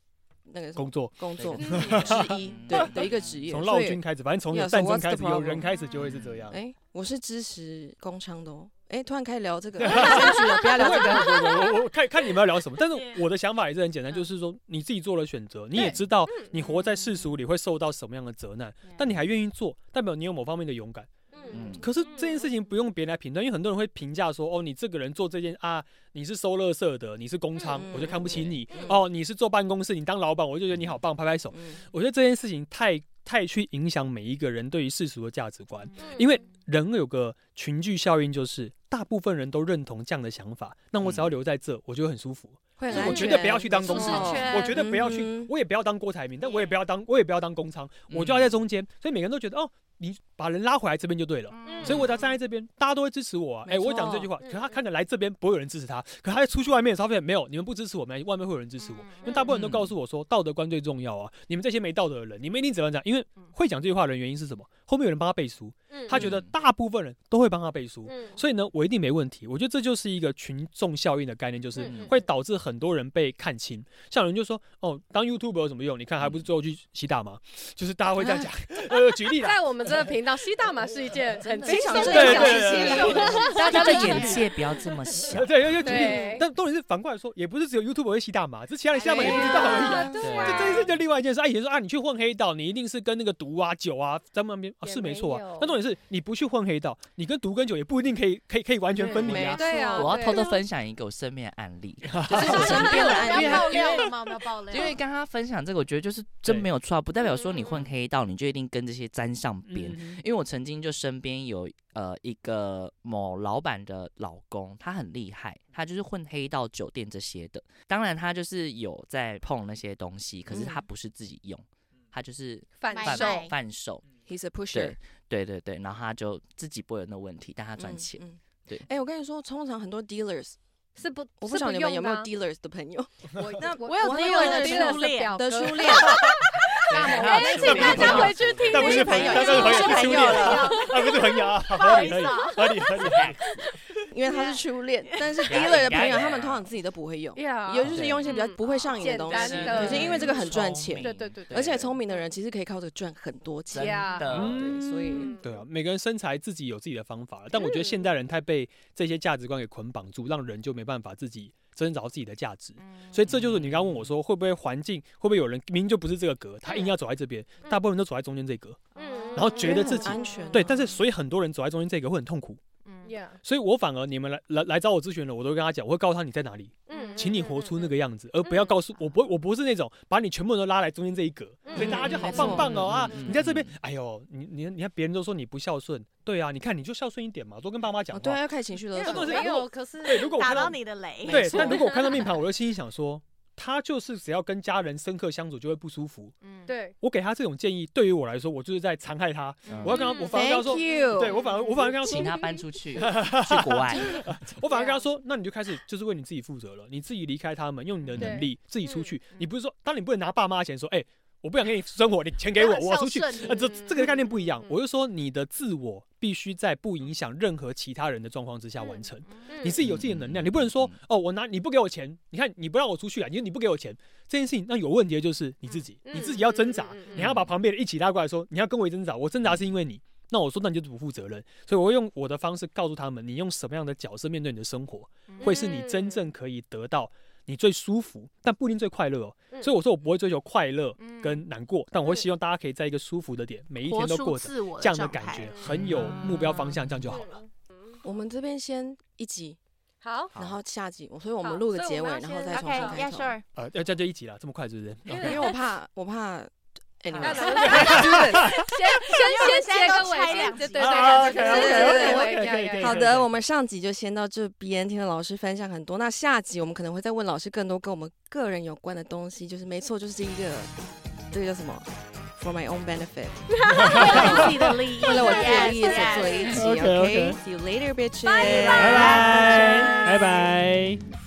A: 那个什么
E: 工作
A: 工作
B: 嗯
C: 对
A: 之 一，对的一个职业。
E: 从
A: 所
E: 闹
A: 以
E: 军开始，反正从有
A: Yeah, so
E: 战争
A: what's the
E: 开始，有人
A: problem？
E: 开始啊就会是这样。
A: 哎、我是支持工商的哦。哎、突然开始聊 这个，我先去了，不要聊这个。
E: 我我我看看你们要聊什么，但是
D: Yeah.
E: 我的想法也是很
A: 嗯
E: 简单，就是说你自己做了选择，你也知道你活在世俗里会受到什么样的责
A: 嗯
E: 难，但你还愿意做，代表你有某方面的勇敢。
C: 嗯
E: 可是这件事情不用别人来评断，因为很多人会评价说，哦，你这个人做这件啊，你是收垃圾的，你是工仓，
A: 嗯
E: 我就看不起你
A: 嗯；
E: 哦，你是坐办公室，你当老板，我就觉得你好棒，拍拍手。
A: 嗯，
E: 我觉得这件事情太太去影响每一个人对于世俗的价值观。
B: 嗯
E: 因为人有个
A: 嗯
E: 群聚效应，就是大部分人都认同这样的想法，那我只要留在这，我就会很舒服。
A: 会很
E: 所以我
A: 安
E: 觉
A: 全
E: 得不要去当哦
A: 没
E: 公
A: 错
E: 仓
B: 舒适，圈
E: 我觉得不要去
A: 嗯哼，
E: 我也不要当郭台铭，但我也不要当，我也不要当公仓，我就
C: 嗯
E: 要在中间。所以每个人都觉得哦，你把人拉回来这边就对了。
D: 嗯
E: 所以我只要站在这边，大家都会支持我啊！哎、
A: 没错
E: 我讲这句话，
B: 嗯
E: 可是他看着来这边不会有人支持他，可他出去外面的时候发现没有，你们不支持我们，外面会有人支
B: 嗯
E: 持我，
D: 嗯
E: 因为大部分人都告诉我说道德观最重要啊！你们这些没道德的人，你们一定怎么样讲？因为
D: 嗯
E: 会讲这句话的人原因是什么？后面有人帮他背书，
B: 嗯
E: 他觉得
C: 嗯
E: 大部分人都会帮他背书，
B: 嗯
E: 所以呢，我一定没问题。我觉得这就是一个群众效应的概念，就是
B: 嗯嗯
E: 会导致很多人被看清。像有人就说，哦，当 YouTube 有什么用？你看还不是最后去洗打吗？ 就是大家会这样 讲。呃，举例啦，
B: 在我们这个频道，吸大麻是一件很轻松的
A: 真
E: 的
B: 小
E: 对对
B: 事
E: 对
B: 情。
C: 大家的眼界不要这么小
E: 呃。 对，要举 例
B: 对。
E: 但重点是反过来说，也不是只有 YouTube 会吸大麻，只是其他人吸大麻
B: 对呀
E: 也不知道而已啊。
B: 对
E: 这
B: 啊
E: 这是就另外一件事。啊，也就是说啊，你去混黑道，你一定是跟那个毒啊、酒啊在那边、啊、
B: 也
E: 是没错
B: 没
E: 啊
B: 有。
E: 但重点是你不去混黑道，你跟毒跟酒也不一定可以可以可以完全分离啊
A: 没。
B: 对啊，
A: 错
C: 我要偷偷
B: 对
C: 分享一个我身边的案例，
A: 就是我身边的案
D: 不
A: 例
D: 要，爆料了吗？我们要爆料，
C: 因为刚刚分享这个，我觉得就是真没有错啊，不代表说你
B: 嗯
C: 混黑道你就一定跟这些沾上边。
E: 嗯
C: 因为我曾经就身边有呃一个某老板的老公，他很厉害，他就是混黑道酒店这些的。当然他就是有在碰那些东西，可是他
A: 嗯
C: 不是自己用，
B: 嗯
C: 他就是
B: 反
D: 买
C: 贩
B: 手
D: 卖
C: 贩售。
B: 嗯
A: ，He's a pusher，
C: 对对对对，然后他就自己不会有那问题，但他赚钱。
A: 嗯。嗯
C: 对
A: 哎，我跟你说，通常很多 dealers，
B: 是不？
A: 我不晓得你们有没有
B: 是
A: dealers 的朋友
B: 不用的啊我
D: 我有
B: 我
A: 低
B: 有
A: 温的
B: 的
D: 初恋
A: 的初
B: 恋，
C: 哎
B: 哎，请大家回去听。
E: 但不是
A: 朋友
E: 但是朋友
A: 是朋友
E: 是初恋
D: 嗯
E: 啊，啊不是朋友啊，合理合理合理合理。
A: 因为他是
B: 啊
A: 初恋，但是
C: 呀
A: dealer 的朋
C: 呀呀
A: 友，他们通常自己都不会用，
B: 呀
A: 也就是用一些比较不会上瘾的东西。
B: 简单的
A: 可是因为这个很赚钱，
B: 对对对对
A: 而且聪明的人其实可以靠这个赚很多
C: 真
A: 钱。
B: 呀
C: 的，
E: 嗯
A: 对，所以
E: 对啊，每个人身材自己有自己的方法了，但我觉得现代人太被这些价值观给捆绑住，让人就没办法自己真正找到自己的价值。
D: 嗯
E: 所以这就是你刚刚问我说，会不会环境，会不会有人明明就不是这个格，他硬要走在这边，
B: 嗯
E: 大部分人都走在中间这格。
B: 嗯
E: 然后觉得自己
A: 因为很安全啊
E: 对，但是所以很多人走在中间这格会很痛苦。
D: 嗯
B: 呀，
E: 所以我反而你们来来来找我咨询了，我都会跟他讲，我会告诉他你在哪里，
B: 嗯
E: 请你活出那个样子，而不要告诉我不我不是那种把你全部人都拉来中间这一格，
B: 嗯
E: 所以大家就好
A: 没错
E: 棒棒哦啊！
C: 嗯
E: 你在这边
C: 嗯，
E: 哎呦，你你你看别人都说你不孝顺，对啊，你看你就孝顺一点嘛，多跟爸妈讲
A: 哦
E: 话。
A: 对啊，要看情绪勒
E: 但
A: 索
E: 是。
B: 没有，可
E: 对，
B: 是
E: 啊如果 我
D: 打
E: 看
D: 到
E: 到
D: 你的雷，
E: 对
C: 没，错
E: 但如果我看到命盘，我就心里想说，他就是只要跟家人深刻相处就会不舒服。
D: 嗯，
B: 对，
E: 我给他这种建议，对于我来说，我就是在残害他。
C: 嗯
E: 我要跟他，
B: 嗯
E: 我反而跟他
A: Thank
E: 说，
A: you。
E: 对我反而我反而跟他说
C: 请，他搬出去，去国外。
E: 我反而
C: 啊
E: 跟他说，那你就开始就是为你自己负责了，你自己离开他们，用你的能力自己
B: 嗯
E: 出去。你不是说，当你不能拿爸妈的钱说，哎，我不想给你生活，你钱给 我，我出去。那这这个概念不一样
B: 嗯，
E: 我就说你的自我必须在不影响任何其他人的状况之
B: 嗯
E: 下完成。你自己有自己的能量，
C: 嗯
E: 你不能说
C: 嗯
E: 哦，我拿你不给我钱，你看你不让我出去啊，你你不给我钱这件事情，那有问题的就是你自己，
B: 嗯
E: 你自己要挣扎
B: 嗯嗯嗯，嗯
E: 你还要把旁边人一起拉过来说，你要跟我一起挣扎，我挣扎是因为你。那我说，那你就是不负责任，所以我会用我的方式告诉他们，你用什么样的角色面对你的生活，
B: 嗯
E: 会是你真正可以得到你最舒服，但不一定最快乐哦。
B: 嗯
E: 所以我说我不会追求快乐
D: 嗯
E: 跟难过，但我会希望大家可以在一个舒服的点，每一天
D: 活
E: 都过
D: 出
E: 着
D: 自我
E: 这样的
D: 状
E: 感
D: 态
E: 觉，
B: 嗯
E: 很有目标方向，这样就好了。。
A: 我们这边先一集，
B: 好，
C: 好
A: 然后下集，我所以我
B: 好
A: 们录个
B: 所以
A: 结
B: 我
A: 尾，
B: 们要
A: 然后
B: 先
A: 再重新
D: OK，yeah
A: 开头。
D: sure，
E: 呃，要这样就一集了，这么快是不是
B: 因为
E: ？OK
A: 因为我嗯怕，我怕。
B: 那
A: Anyway，
B: 咱们 先先先结个尾，先对对
E: 啊
B: 对，
A: 好的，我们上集就先到这边，听了老师分享很多。那下集我们可能会再问老师更多跟我们个人有关的东西，就是没错，就是一个这个叫什么？For my own benefit，
D: 为自己的利益，
A: 为了我自己的利 益
D: Yes，
A: 所做的一集。
E: OK，OK
A: OK，see you later，bitches，拜
E: 拜拜，拜拜。